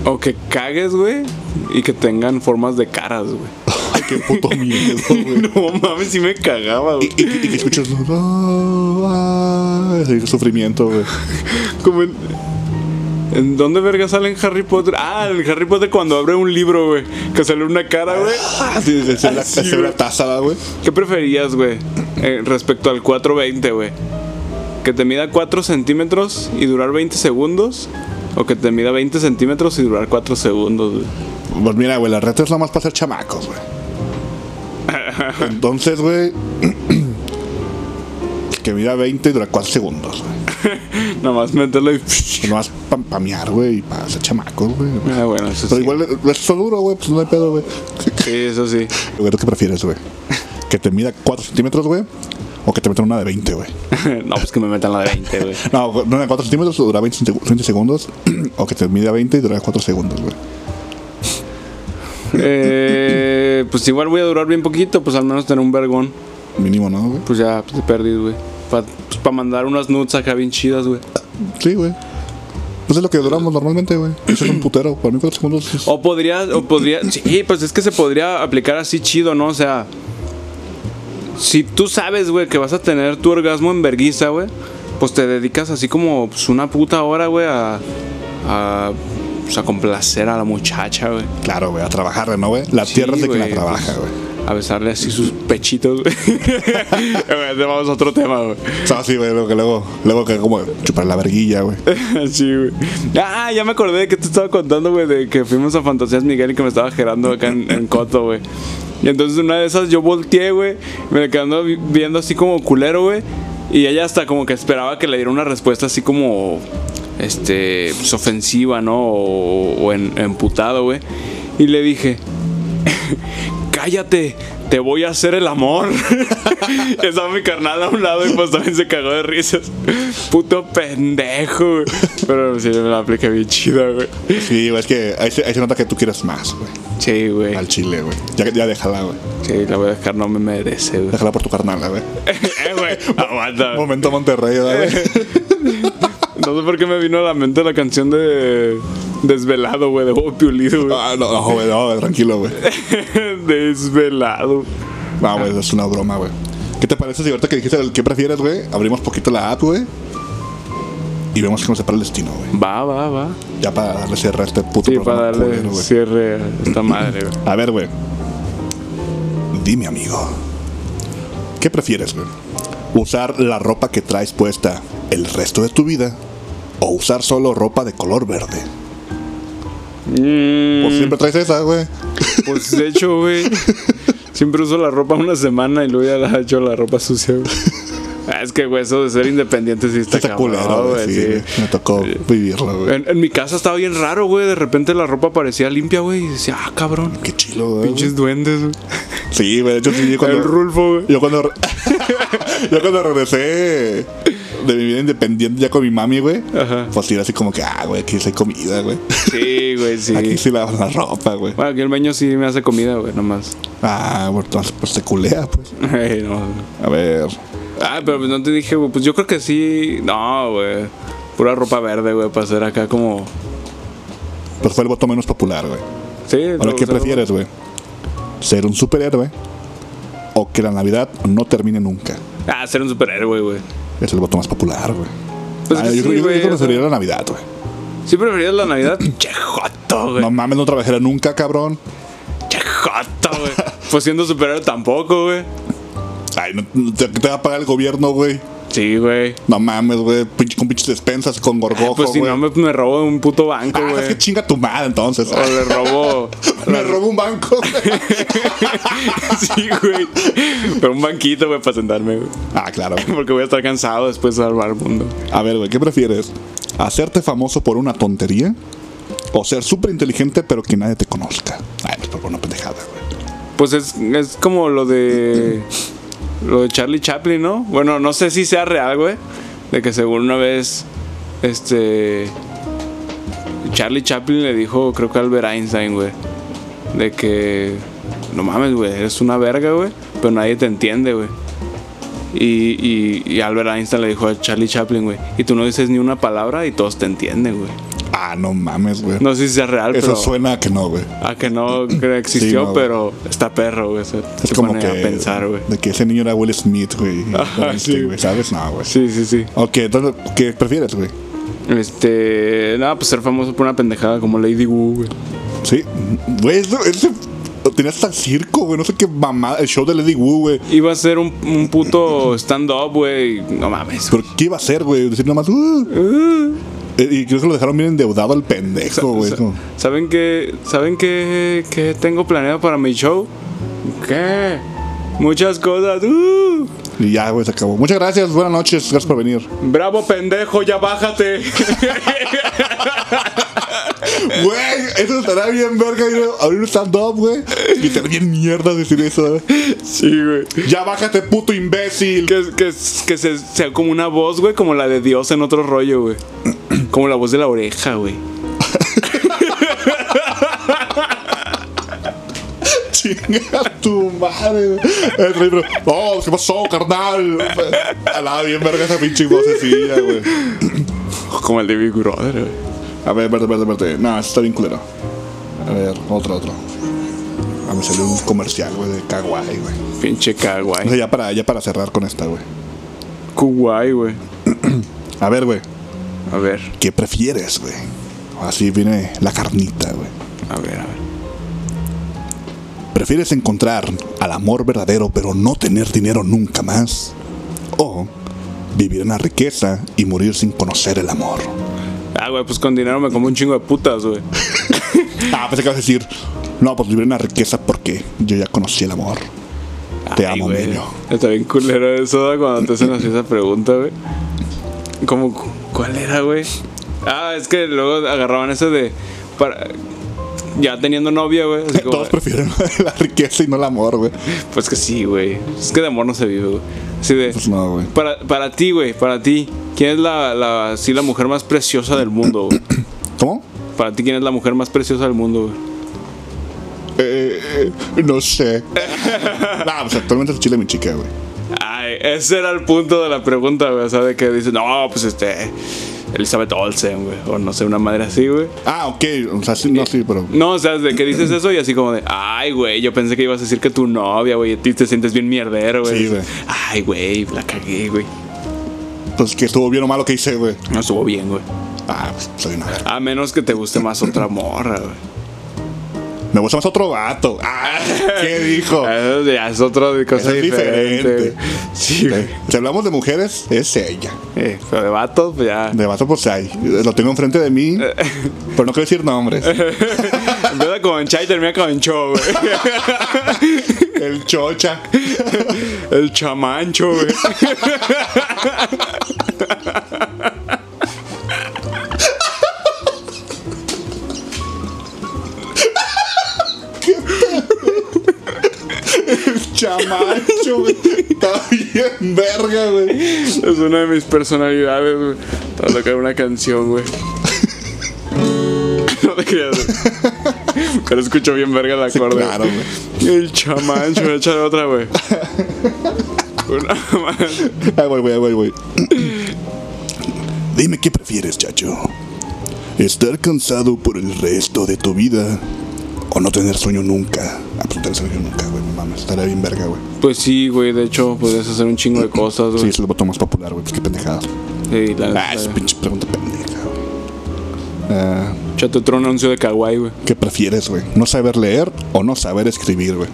Speaker 2: O que cagues, güey, y que tengan formas de caras, güey.
Speaker 1: Ay, qué puto miedo, güey.
Speaker 2: No mames, sí me cagaba,
Speaker 1: Y,
Speaker 2: güey.
Speaker 1: y- y que escuchas "Oh, ah", ese sufrimiento, güey.
Speaker 2: Como en. ¿En dónde verga sale en Harry Potter? Ah, en Harry Potter cuando abre un libro, güey. Que sale una cara, güey.
Speaker 1: Así se ve la,
Speaker 2: Así,
Speaker 1: se ve la
Speaker 2: Ah, güey.
Speaker 1: taza, ¿va, güey.
Speaker 2: ¿Qué preferías, güey? Eh, respecto al 420, güey. ¿Que te mida 4 centímetros y durar 20 segundos? ¿O que te mida 20 centímetros y durar 4 segundos, güey?
Speaker 1: Pues mira, güey, la reta es nomás para ser chamacos, güey. Entonces, güey. Que mira 20 y dura 4 segundos, güey. Pues
Speaker 2: Nada más meterlo y.
Speaker 1: Nomás para pamear, güey, y para ser chamacos, güey.
Speaker 2: Ah, bueno, eso
Speaker 1: Pero
Speaker 2: sí.
Speaker 1: igual eh, eso es duro, güey, pues no hay pedo, güey.
Speaker 2: Sí, eso sí.
Speaker 1: Güey, ¿tú ¿Qué prefieres, güey? ¿Que te mida 4 centímetros, güey? ¿O que te metan una de 20, güey?
Speaker 2: no, pues que me metan la de 20, güey.
Speaker 1: No, güey, no, de 4 centímetros dura 20, segu- 20 segundos. o que te mida 20 y dura 4 segundos, güey.
Speaker 2: Eh, pues igual voy a durar bien poquito, pues al menos tener un vergón.
Speaker 1: Mínimo, ¿no, güey?
Speaker 2: Pues ya, pues, te perdí, güey. Para mandar unas nudes acá bien chidas, güey.
Speaker 1: Sí, güey. Pues es lo que duramos normalmente, güey. Eso es un putero. Para mí 4 segundos es...
Speaker 2: O podría, o podría, sí, pues es que se podría aplicar así chido, ¿no? O sea, si tú sabes, güey, que vas a tener tu orgasmo en verguiza, güey, pues te dedicas así como pues, una puta hora, güey, a, a, pues, a complacer a la muchacha, güey.
Speaker 1: Claro, güey, a trabajarle, ¿no, güey? La tierra es de
Speaker 2: que
Speaker 1: quien la trabaja, güey.
Speaker 2: A besarle así sus pechitos, güey. Bueno, te Vamos a otro tema, güey.
Speaker 1: O sea, sí, güey, luego que luego, luego que como chupar la verguilla, güey.
Speaker 2: Así, güey. Ah, ya me acordé que te estaba contando, güey, de que fuimos a Fantasías Miguel y que me estaba gerando acá en, en Coto, güey. Y entonces una de esas yo volteé, güey, me quedando vi- viendo así como culero, güey. Y ella hasta como que esperaba que le diera una respuesta así como, este, pues, ofensiva, ¿no? O, o en- emputado, güey. Y le dije, cállate, te voy a hacer el amor. Estaba mi carnal a un lado y pues también se cagó de risas. Puto pendejo, güey. Pero sí, me la apliqué bien chida, güey.
Speaker 1: Sí, güey, es que ahí se, ahí se nota que tú quieres más, güey.
Speaker 2: Sí, güey.
Speaker 1: Al chile, güey. Ya, ya déjala, güey.
Speaker 2: Sí, la voy a dejar, no me merece, güey.
Speaker 1: Déjala por tu carnal, güey.
Speaker 2: eh, güey, aguanta. güey.
Speaker 1: Momento Monterrey, ¿verdad, güey.
Speaker 2: No sé por qué me vino a la mente la canción de Desvelado, güey, de Bob Piolido, güey.
Speaker 1: Ah, no, no, güey, no, güey, tranquilo, güey. Ah.
Speaker 2: Desvelado.
Speaker 1: No, güey, es una broma, güey. ¿Qué te parece si ahorita que dijiste el que prefieres, güey? Abrimos poquito la app, güey. Y vemos cómo se para el destino, güey.
Speaker 2: Va, va, va.
Speaker 1: Ya para darle cierre a este puto
Speaker 2: Sí,
Speaker 1: programa
Speaker 2: para darle
Speaker 1: culero, güey.
Speaker 2: cierre a esta madre, güey.
Speaker 1: A ver, güey. Dime, amigo. ¿Qué prefieres, güey? ¿Usar la ropa que traes puesta el resto de tu vida? ¿O usar solo ropa de color verde?
Speaker 2: Mm.
Speaker 1: Pues siempre traes esa, güey.
Speaker 2: Pues de hecho, güey. Siempre uso la ropa una semana y luego ya la echo la ropa sucia, güey. Ah, Es que, güey, eso de ser independiente sí está,
Speaker 1: Está
Speaker 2: cabrón,
Speaker 1: culero, güey.
Speaker 2: güey,
Speaker 1: sí,
Speaker 2: sí. Eh,
Speaker 1: güey. Me tocó vivirlo, güey.
Speaker 2: En, en mi casa estaba bien raro, güey. De repente la ropa parecía limpia, güey. Y decía, ah, cabrón.
Speaker 1: Qué chilo, güey.
Speaker 2: Pinches duendes, güey.
Speaker 1: Sí, güey. De hecho, sí, cuando...
Speaker 2: El Rulfo, güey.
Speaker 1: Yo cuando. re- yo cuando regresé de mi vida independiente ya con mi mami, güey.
Speaker 2: Ajá.
Speaker 1: Pues sí, era así como que, ah, güey, aquí sí hay comida, güey.
Speaker 2: Sí, güey, sí.
Speaker 1: Aquí sí lavan la ropa, güey.
Speaker 2: Bueno, aquí el baño sí me hace comida, güey, nomás.
Speaker 1: Ah, bueno, entonces pues se culea, pues.
Speaker 2: Ay, no.
Speaker 1: A ver.
Speaker 2: Ah, pero pues no te dije, güey. Pues yo creo que sí. No, güey. Pura ropa verde, güey, para hacer acá como.
Speaker 1: Pues fue el voto menos popular, güey.
Speaker 2: Sí,
Speaker 1: Ahora,
Speaker 2: no,
Speaker 1: ¿qué
Speaker 2: o sea,
Speaker 1: prefieres, güey? ¿Ser un superhéroe? ¿O que la Navidad no termine nunca?
Speaker 2: Ah, ser un superhéroe, güey.
Speaker 1: Es el voto más popular, güey.
Speaker 2: Pues
Speaker 1: Ah,
Speaker 2: es que
Speaker 1: yo, creo-
Speaker 2: sí,
Speaker 1: yo creo
Speaker 2: güey,
Speaker 1: que
Speaker 2: o sea-
Speaker 1: preferiría la Navidad, güey.
Speaker 2: ¿Sí preferías la Navidad? che joto, güey.
Speaker 1: No mames, no trabajera nunca, cabrón.
Speaker 2: Che joto, güey. Pues siendo superhéroe tampoco, güey.
Speaker 1: Ay, no, no te, te va a pagar el gobierno, güey.
Speaker 2: Sí, güey.
Speaker 1: No mames, güey. pinche- Con pinches despensas, con gorgojo,
Speaker 2: Pues si
Speaker 1: güey.
Speaker 2: no me, me robo un puto banco,
Speaker 1: Ah, es
Speaker 2: güey.
Speaker 1: que chinga tu madre entonces.
Speaker 2: o le robo.
Speaker 1: Me robó un banco. güey.
Speaker 2: sí, güey. Pero un banquito, güey, para sentarme, güey.
Speaker 1: ah, claro.
Speaker 2: Porque voy a estar cansado después de salvar el mundo.
Speaker 1: A ver, güey, ¿qué prefieres? ¿Hacerte famoso por una tontería? ¿O ser súper inteligente pero que nadie te conozca? Ay, pues por una pendejada, güey.
Speaker 2: Pues es, es como lo de. Lo de Charlie Chaplin, ¿no? Bueno, no sé si sea real, güey. De que según una vez. Este. Charlie Chaplin le dijo, creo que a Albert Einstein, güey. De que. No mames, güey. Eres una verga, güey. Pero nadie te entiende, güey. Y, y, y Albert Einstein le dijo a Charlie Chaplin, güey, y tú no dices ni una palabra y todos te entienden, güey.
Speaker 1: Ah, no mames, güey.
Speaker 2: No sé si sea real,
Speaker 1: Eso
Speaker 2: pero
Speaker 1: suena a que no, güey.
Speaker 2: a Ah, que no cre- existió,
Speaker 1: Sí, no, güey.
Speaker 2: pero está perro, güey. Se,
Speaker 1: Es
Speaker 2: se
Speaker 1: como
Speaker 2: pone
Speaker 1: que.
Speaker 2: a pensar, güey. Ah,
Speaker 1: De que ese niño era Will Smith, güey. y Einstein,
Speaker 2: sí.
Speaker 1: güey, ¿Sabes? No, güey.
Speaker 2: Sí, sí, sí.
Speaker 1: Ok, entonces, ¿qué prefieres, güey?
Speaker 2: Este, nada, pues ser famoso por una pendejada como Lady Wu, güey.
Speaker 1: Sí. Güey, eso, ese. Lo tenía hasta el circo, güey. No sé qué mamada. El show de Lady Wu, güey.
Speaker 2: Iba a ser un, un puto stand-up, güey. No mames. güey.
Speaker 1: Pero, ¿qué iba a hacer, güey? Decir nomás. "Uh". Eh, Y creo que lo dejaron bien endeudado al pendejo, güey.
Speaker 2: Sa-
Speaker 1: es como-
Speaker 2: ¿Saben qué? ¿Saben qué, qué tengo planeado para mi show? ¿Qué? Muchas cosas. ¡uh!
Speaker 1: Y ya, güey, se acabó. Muchas gracias. Buenas noches. Gracias por venir.
Speaker 2: Bravo pendejo, ya bájate.
Speaker 1: Güey, eso estará bien verga ir a abrir un stand-up, güey. Y ser bien mierda decir eso. eh.
Speaker 2: sí, güey.
Speaker 1: Ya bájate, puto imbécil.
Speaker 2: Que, que, que se, sea como una voz, güey, como la de Dios en otro rollo, güey. Como la voz de la oreja, güey.
Speaker 1: Chinga tu madre. El rey, pero, oh, ¿qué pasó, carnal? A la bien verga esa pinche vocecilla, güey.
Speaker 2: Como el de Big Brother, güey.
Speaker 1: A ver, verde, verde, verde. No, eso está bien culero. A ver, otro, otro. Ah, me salió un comercial, güey, de Kawaii, güey.
Speaker 2: Pinche
Speaker 1: O
Speaker 2: kawaii.
Speaker 1: sea, ya para, ya para cerrar con esta, güey.
Speaker 2: Kawaii, güey.
Speaker 1: A ver, güey.
Speaker 2: A ver,
Speaker 1: ¿Qué prefieres, güey? Así viene la carnita, güey.
Speaker 2: a ver, a ver.
Speaker 1: ¿Prefieres encontrar al amor verdadero pero no tener dinero nunca más? ¿O vivir en la riqueza y morir sin conocer el amor?
Speaker 2: Ah, güey, pues con dinero me como un chingo de putas, güey.
Speaker 1: Ah, pensé que ibas a decir, no, pues vivir en la riqueza porque yo ya conocí el amor. Te
Speaker 2: Ay,
Speaker 1: amo,
Speaker 2: güey.
Speaker 1: niño.
Speaker 2: Está bien culero eso ¿da? cuando te hacen así esa pregunta, güey. Como, cu- ¿cuál era, güey? Ah, es que luego agarraban ese de. Para, ya teniendo novia, güey. así como,
Speaker 1: Todos prefieren la riqueza y no el amor, güey.
Speaker 2: Pues que sí, güey. Es que de amor no se vive, güey. Así de.
Speaker 1: Pues no, güey.
Speaker 2: Para, para ti, güey, para ti. ¿Quién es la, la, sí, la mujer más preciosa del mundo, güey?
Speaker 1: ¿Cómo?
Speaker 2: Para ti, ¿quién es la mujer más preciosa del mundo, güey?
Speaker 1: Eh, eh, no sé. nah, pues actualmente es chile mi chica, güey.
Speaker 2: Ay, ese era el punto de la pregunta, güey. O sea, de que dices, no, pues este. Elizabeth Olsen, güey. O no sé, una madre así, güey.
Speaker 1: Ah, ok. O sea, sí, no, sí, pero...
Speaker 2: No, o sea, de que dices eso y así como de, ay, güey, yo pensé que ibas a decir que tu novia, güey, y a ti te sientes bien mierdero, güey.
Speaker 1: Sí, güey.
Speaker 2: Ay, güey, la cagué, güey.
Speaker 1: Pues que estuvo bien o malo que hice, güey.
Speaker 2: No estuvo bien, güey.
Speaker 1: Ah, pues soy una verga.
Speaker 2: A menos que te guste más otra morra, güey.
Speaker 1: Me gusta más otro vato. Ah, ¿Qué dijo?
Speaker 2: Eso ya es otra de- cosa
Speaker 1: Eso Ah, es
Speaker 2: diferente.
Speaker 1: diferente.
Speaker 2: güey. Sí, güey.
Speaker 1: Si hablamos de mujeres, es ella.
Speaker 2: Eh, pero de vatos, pues ya.
Speaker 1: De vato, pues hay. Lo tengo enfrente de mí, pero no quiero decir nombres.
Speaker 2: Empieza con Chai, termina con Cho, güey.
Speaker 1: El chocha.
Speaker 2: El chamancho, güey.
Speaker 1: Chamacho, güey. Está bien, verga, güey.
Speaker 2: Es una de mis personalidades, güey. Te voy a tocar una canción, güey. No te creas, güey. Pero escucho bien verga el acorde.
Speaker 1: Claro, güey.
Speaker 2: El chamancho, voy a echar otra, güey. Una más.
Speaker 1: Ay, güey, güey, güey, güey. Dime qué prefieres, chacho. ¿Estar cansado por el resto de tu vida? ¿O no tener sueño nunca? Ah, pues no tener sueño nunca, güey. No mames, estaría bien verga, güey.
Speaker 2: Pues sí, güey. De hecho, podrías hacer un chingo de cosas,
Speaker 1: Sí,
Speaker 2: güey.
Speaker 1: es el botón más popular, güey. Pues qué pendejada.
Speaker 2: Sí,
Speaker 1: Ah,
Speaker 2: la neta.
Speaker 1: esa pinche pregunta pendeja, güey. Ah,
Speaker 2: Échate otro anuncio de Kawaii, güey.
Speaker 1: ¿Qué prefieres, güey? ¿No saber leer o no saber escribir, güey?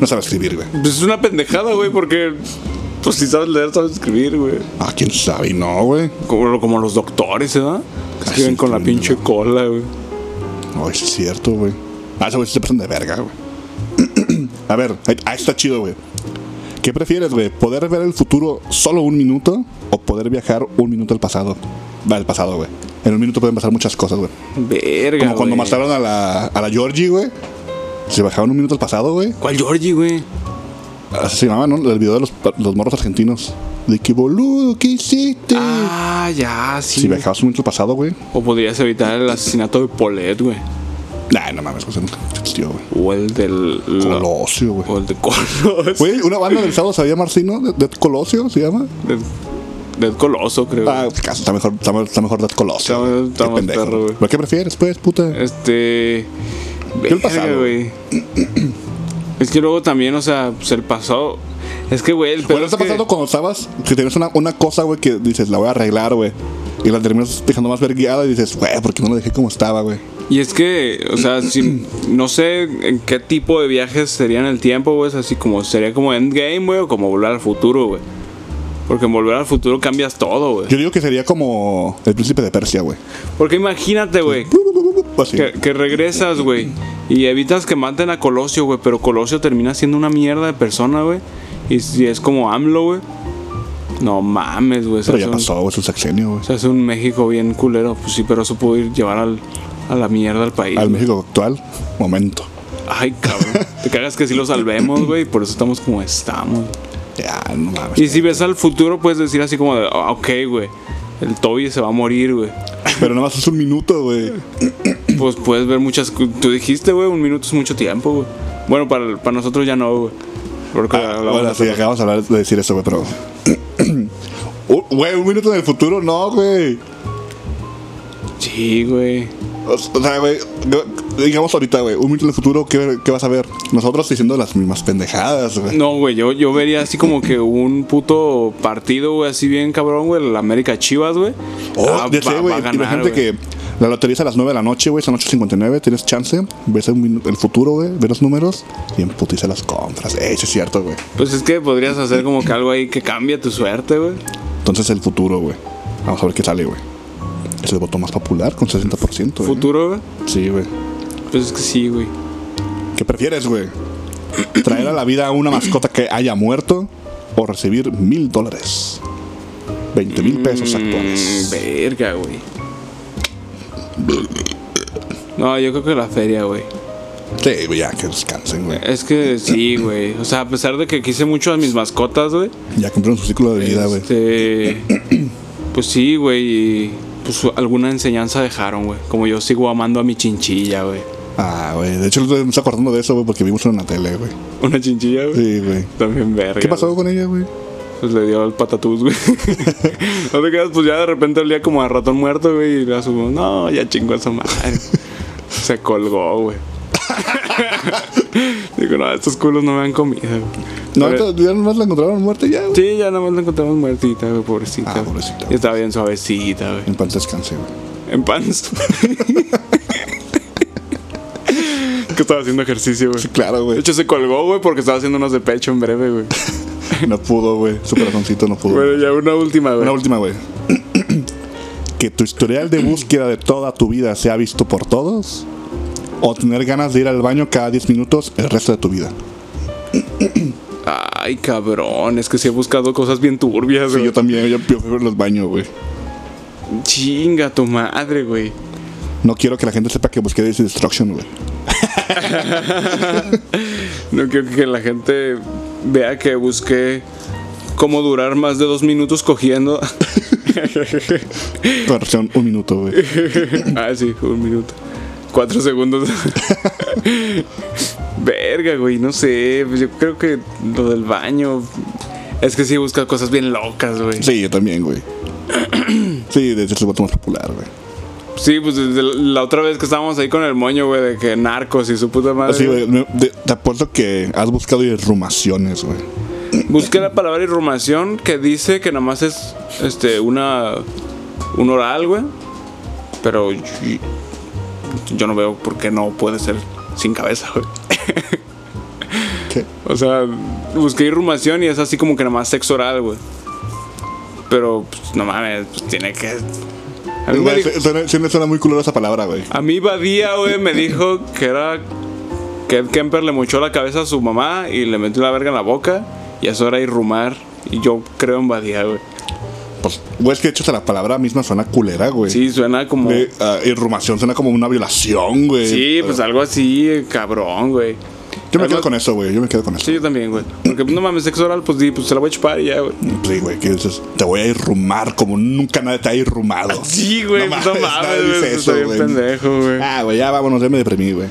Speaker 1: No sabes escribir, güey.
Speaker 2: Pues es una pendejada, güey, porque. Pues si sabes leer, sabes escribir, güey.
Speaker 1: Ah, quién sabe, y no, güey.
Speaker 2: Como, como los doctores, ¿verdad? Que escriben
Speaker 1: Ah, sí,
Speaker 2: con la
Speaker 1: también,
Speaker 2: pinche
Speaker 1: ¿no?
Speaker 2: cola, güey.
Speaker 1: No, es cierto, güey. Ah, ese güey sí se pasan de verga, güey. A ver, ahí, ahí está chido, güey. ¿Qué prefieres, güey? ¿Poder ver el futuro solo un minuto o poder viajar un minuto al pasado? Va, al pasado, güey. En un minuto pueden pasar muchas cosas, güey.
Speaker 2: Verga.
Speaker 1: Como cuando
Speaker 2: güey.
Speaker 1: mataron a la, a la Georgie, güey. Se bajaron un minuto al pasado, güey.
Speaker 2: ¿Cuál Georgie, güey?
Speaker 1: Así se llamaba, ¿no? El video de los, los morros argentinos. De que boludo, ¿qué hiciste?
Speaker 2: Ah, ya, sí.
Speaker 1: si viajabas un minuto al pasado, güey.
Speaker 2: O podrías evitar el asesinato de Paulette, güey.
Speaker 1: Nah, no mames, José nunca existió, güey.
Speaker 2: O el del.
Speaker 1: Colosio, güey.
Speaker 2: O el de Colos.
Speaker 1: Güey, una banda del sábado sabía Marcino, Dead Dead Colosio se llama.
Speaker 2: Del, del Coloso, creo.
Speaker 1: Ah, caso, está mejor, está, está mejor Dead Colosio.
Speaker 2: Está-
Speaker 1: güey.
Speaker 2: está
Speaker 1: Qué
Speaker 2: más
Speaker 1: pendejo.
Speaker 2: perro, güey.
Speaker 1: ¿Pero qué prefieres, pues, puta?
Speaker 2: Este.
Speaker 1: Yo el
Speaker 2: verga,
Speaker 1: pasado.
Speaker 2: güey. Es que luego también, o sea, pues el pasado. Es que, güey, el pedo
Speaker 1: Pero
Speaker 2: es
Speaker 1: está
Speaker 2: que-
Speaker 1: pasando cuando estabas, que tienes una, una cosa, güey, que dices, la voy a arreglar, güey. Y la terminas dejando más vergueada y dices, güey, ¿por qué no la dejé como estaba, güey?
Speaker 2: Y es que, o sea, si, no sé en qué tipo de viajes serían el tiempo, güey. Es así como, sería como Endgame, güey, o como Volver al Futuro, güey. Porque en Volver al Futuro cambias todo, güey.
Speaker 1: Yo digo que sería como el príncipe de Persia, güey.
Speaker 2: Porque imagínate, güey,
Speaker 1: Así.
Speaker 2: que, que regresas, güey, y evitas que maten a Colosio, güey, pero Colosio termina siendo una mierda de persona, güey. Y si es como AMLO, güey. No mames, güey. o sea,
Speaker 1: Pero ya
Speaker 2: son-
Speaker 1: pasó, güey, su sexenio, güey.
Speaker 2: O sea, es un México bien culero, pues sí, pero eso pudo ir llevar al, a la mierda al país.
Speaker 1: Al
Speaker 2: güey.
Speaker 1: México actual, momento.
Speaker 2: Ay, cabrón. Te cagas que sí lo salvemos, güey, por eso estamos como estamos.
Speaker 1: Ya, no mames.
Speaker 2: Y si ves al futuro, puedes decir así como de, "Ah, ok, güey, el Toby se va a morir, güey.
Speaker 1: Pero nada más es un minuto, güey.
Speaker 2: Pues puedes ver muchas. cu- Tú dijiste, güey, un minuto es mucho tiempo, güey. Bueno, para, para nosotros ya no, güey. Porque
Speaker 1: Ah,
Speaker 2: hablamos
Speaker 1: bueno,
Speaker 2: de-
Speaker 1: sí, acabamos de hablar de decir eso, güey, pero. Uh, Güey, un minuto en el futuro, no, güey.
Speaker 2: Sí, güey.
Speaker 1: O o sea, güey, yo- digamos ahorita, güey, un minuto en el futuro, ¿qué, qué vas a ver? Nosotros diciendo las mismas pendejadas, güey.
Speaker 2: No, güey, yo, yo vería así como que un puto partido, güey, así bien cabrón, güey, la América Chivas, güey.
Speaker 1: Oh,
Speaker 2: Ah,
Speaker 1: ya
Speaker 2: va-
Speaker 1: sé,
Speaker 2: va
Speaker 1: güey.
Speaker 2: a ganar,
Speaker 1: Imagínate
Speaker 2: güey.
Speaker 1: que la lotería es a las 9 de la noche, güey, son 8.59, tienes chance, ves el, minu- el futuro, güey, ves los números y emputiza las compras. Eh, sí es cierto, güey.
Speaker 2: Pues es que podrías hacer como que algo ahí que cambie tu suerte, güey.
Speaker 1: Entonces el futuro, güey. Vamos a ver qué sale, güey. Es el voto más popular con 60%. güey.
Speaker 2: Futuro, güey.
Speaker 1: Sí, güey.
Speaker 2: Pues es que sí, güey.
Speaker 1: ¿Qué prefieres, güey? ¿Traer a la vida a una mascota que haya muerto o recibir mil dólares? 20 mil pesos
Speaker 2: Mm,
Speaker 1: actuales.
Speaker 2: verga, güey. No, yo creo que la feria, güey.
Speaker 1: Sí, güey, ya que descansen, güey.
Speaker 2: Es que sí, güey. O sea, a pesar de que quise mucho a mis mascotas, güey.
Speaker 1: Ya cumplieron su ciclo de vida, güey.
Speaker 2: Este, pues sí, güey. y, Pues alguna enseñanza dejaron, güey. Como yo sigo amando a mi chinchilla, güey.
Speaker 1: Ah, güey. De hecho, nos está acordando de eso, güey, porque vimos una en la tele, güey.
Speaker 2: Una chinchilla, güey.
Speaker 1: Sí, güey.
Speaker 2: También verga.
Speaker 1: ¿Qué pasó
Speaker 2: güey.
Speaker 1: con ella, güey?
Speaker 2: Pues le dio el patatús, güey. no te quedas, pues ya de repente olía como a ratón muerto, güey. Y la subo, no, ya chingó a su madre. Se colgó, güey. Digo, no, estos culos no me han comido.
Speaker 1: No,
Speaker 2: Pero-
Speaker 1: ahorita ya nomás la encontraron muerta ya, güey.
Speaker 2: Sí, ya nada más la encontramos muertita, güey, pobrecita.
Speaker 1: Ah, pobrecita,
Speaker 2: Y estaba bien suavecita, güey.
Speaker 1: En paz descanse, güey.
Speaker 2: En pants. que estaba haciendo ejercicio, güey.
Speaker 1: Sí, claro,
Speaker 2: De
Speaker 1: güey.
Speaker 2: hecho, se colgó, güey, porque estaba haciendo unos de pecho en breve, güey.
Speaker 1: No pudo, güey. Su corazoncito no pudo.
Speaker 2: Bueno, ya una última, güey.
Speaker 1: Una última, güey. que tu historial de búsqueda de toda tu vida sea visto por todos. O tener ganas de ir al baño cada 10 minutos el resto de tu vida.
Speaker 2: Ay, cabrón, es que sí he buscado cosas bien turbias,
Speaker 1: Sí,
Speaker 2: güey.
Speaker 1: yo también, yo prefiero los baños, güey.
Speaker 2: Chinga tu madre, güey.
Speaker 1: No quiero que la gente sepa que busqué Daisy Destruction, güey.
Speaker 2: No quiero que la gente vea que busqué cómo durar más de dos minutos cogiendo.
Speaker 1: Tu versión, un minuto, güey.
Speaker 2: ah, sí, un minuto. Cuatro segundos. Verga, güey, no sé. pues Yo creo que lo del baño. Es que sí busca cosas bien locas, güey.
Speaker 1: Sí, yo también, güey. Sí, de hecho es el voto más popular, güey.
Speaker 2: Sí, pues desde la- la otra vez que estábamos ahí con el moño, güey, de que narcos y su puta madre.
Speaker 1: Así, güey, me- de- te apuesto que has buscado irrumaciones, güey.
Speaker 2: Busqué la palabra irrumación que dice que nomás es este una un oral, güey. Pero yo, yo no veo por qué no puede ser sin cabeza, güey.
Speaker 1: ¿Qué?
Speaker 2: O sea, busqué irrumación y es así como que nomás sexo oral, güey. Pero pues, no mames, pues, tiene que a mí, me
Speaker 1: Güey,
Speaker 2: dijo-
Speaker 1: su- Suena, suena- suena muy culero esa palabra, güey.
Speaker 2: a mí Badía, güey, me dijo que era que Ed Kemper le mochó la cabeza a su mamá y le metió la verga en la boca y eso era irrumar y yo creo en Badía, güey.
Speaker 1: Pues, güey, es que de hecho hasta la palabra misma suena culera, güey.
Speaker 2: Sí, suena como.
Speaker 1: Güey, ah, irrumación suena como una violación, güey.
Speaker 2: sí, pues algo así, eh, cabrón, güey.
Speaker 1: Yo me
Speaker 2: Además-
Speaker 1: quedo con eso, güey. Yo me quedo con eso.
Speaker 2: Sí,
Speaker 1: Sí,
Speaker 2: yo también, güey. Porque pues, no mames, sexo oral, pues di, pues se la voy a chupar y ya, güey.
Speaker 1: güey. que dices, te voy a irrumar como nunca nadie te ha irrumado.
Speaker 2: Sí, güey, pues, no mames,
Speaker 1: nadie
Speaker 2: güey.
Speaker 1: dice
Speaker 2: pues,
Speaker 1: eso,
Speaker 2: Estoy bien
Speaker 1: güey.
Speaker 2: pendejo, güey.
Speaker 1: Ah, güey, ya vámonos, ya me deprimí, güey.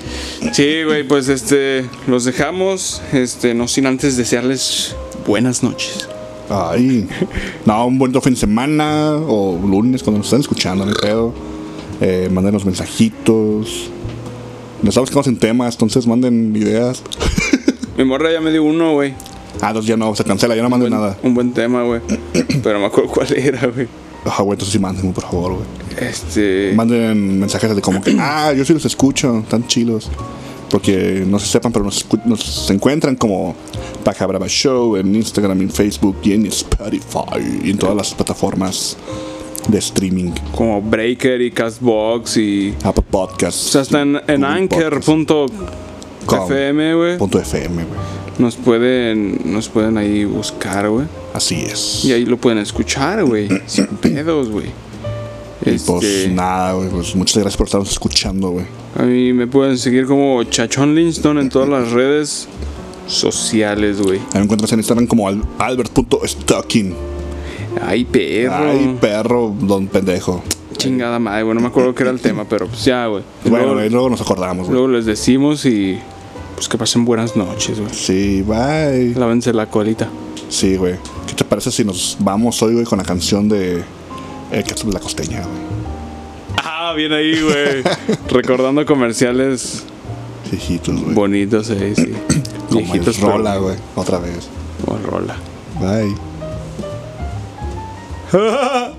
Speaker 2: Sí, güey, pues este, los dejamos, este, no sin antes desearles buenas noches.
Speaker 1: Ay. No, un buen fin de semana o lunes cuando nos estén escuchando, no hay pedo. Eh, mándenos mensajitos. Nos estamos quedando sin temas, entonces manden ideas.
Speaker 2: Mi morra ya me dio uno, güey.
Speaker 1: Ah, entonces ya no, se cancela, ya no manden nada.
Speaker 2: Un buen tema, güey. Pero no me acuerdo cuál era, güey.
Speaker 1: Ajá, Ah, güey, entonces sí manden, por favor, güey.
Speaker 2: Este.
Speaker 1: Manden mensajes de como que, ah, yo sí los escucho, están chilos. Porque no se sepan, pero nos, escu- nos encuentran como Paja Brava Show en Instagram, en Facebook y en Spotify y en todas las plataformas de streaming.
Speaker 2: como Breaker y Castbox y.
Speaker 1: Apple Podcasts.
Speaker 2: O sea, está en, en
Speaker 1: Google Podcasts,
Speaker 2: Anchor.fm,
Speaker 1: com,
Speaker 2: güey.
Speaker 1: punto FM, güey.
Speaker 2: Nos pueden, nos pueden ahí buscar, güey.
Speaker 1: Así es.
Speaker 2: Y ahí lo pueden escuchar, güey. Sin pedos, güey.
Speaker 1: Y pues
Speaker 2: Este,
Speaker 1: nada, güey. Pues muchas gracias por estarnos escuchando, güey.
Speaker 2: a mí me pueden seguir como Chachón Linston en todas las redes sociales, güey.
Speaker 1: Ahí me encuentras en Instagram como al- albert.stocking.
Speaker 2: Ay, perro.
Speaker 1: Ay, perro, don pendejo.
Speaker 2: Chingada madre, güey. No me acuerdo qué era el tema, pero pues ya, güey.
Speaker 1: Bueno,
Speaker 2: luego,
Speaker 1: güey, luego nos acordamos, güey.
Speaker 2: luego les decimos y. Pues que pasen buenas noches, güey.
Speaker 1: Sí, bye.
Speaker 2: Lávense la colita.
Speaker 1: Sí, güey. ¿Qué te parece si nos vamos hoy, güey, con la canción de El Caso de la Costeña, güey?
Speaker 2: Ah, bien ahí, güey. Recordando comerciales
Speaker 1: Hijitos, güey.
Speaker 2: bonitos, eh, sí.
Speaker 1: Como el
Speaker 2: Viejitos, pero-
Speaker 1: rola, güey. Otra vez.
Speaker 2: o rola.
Speaker 1: Bye.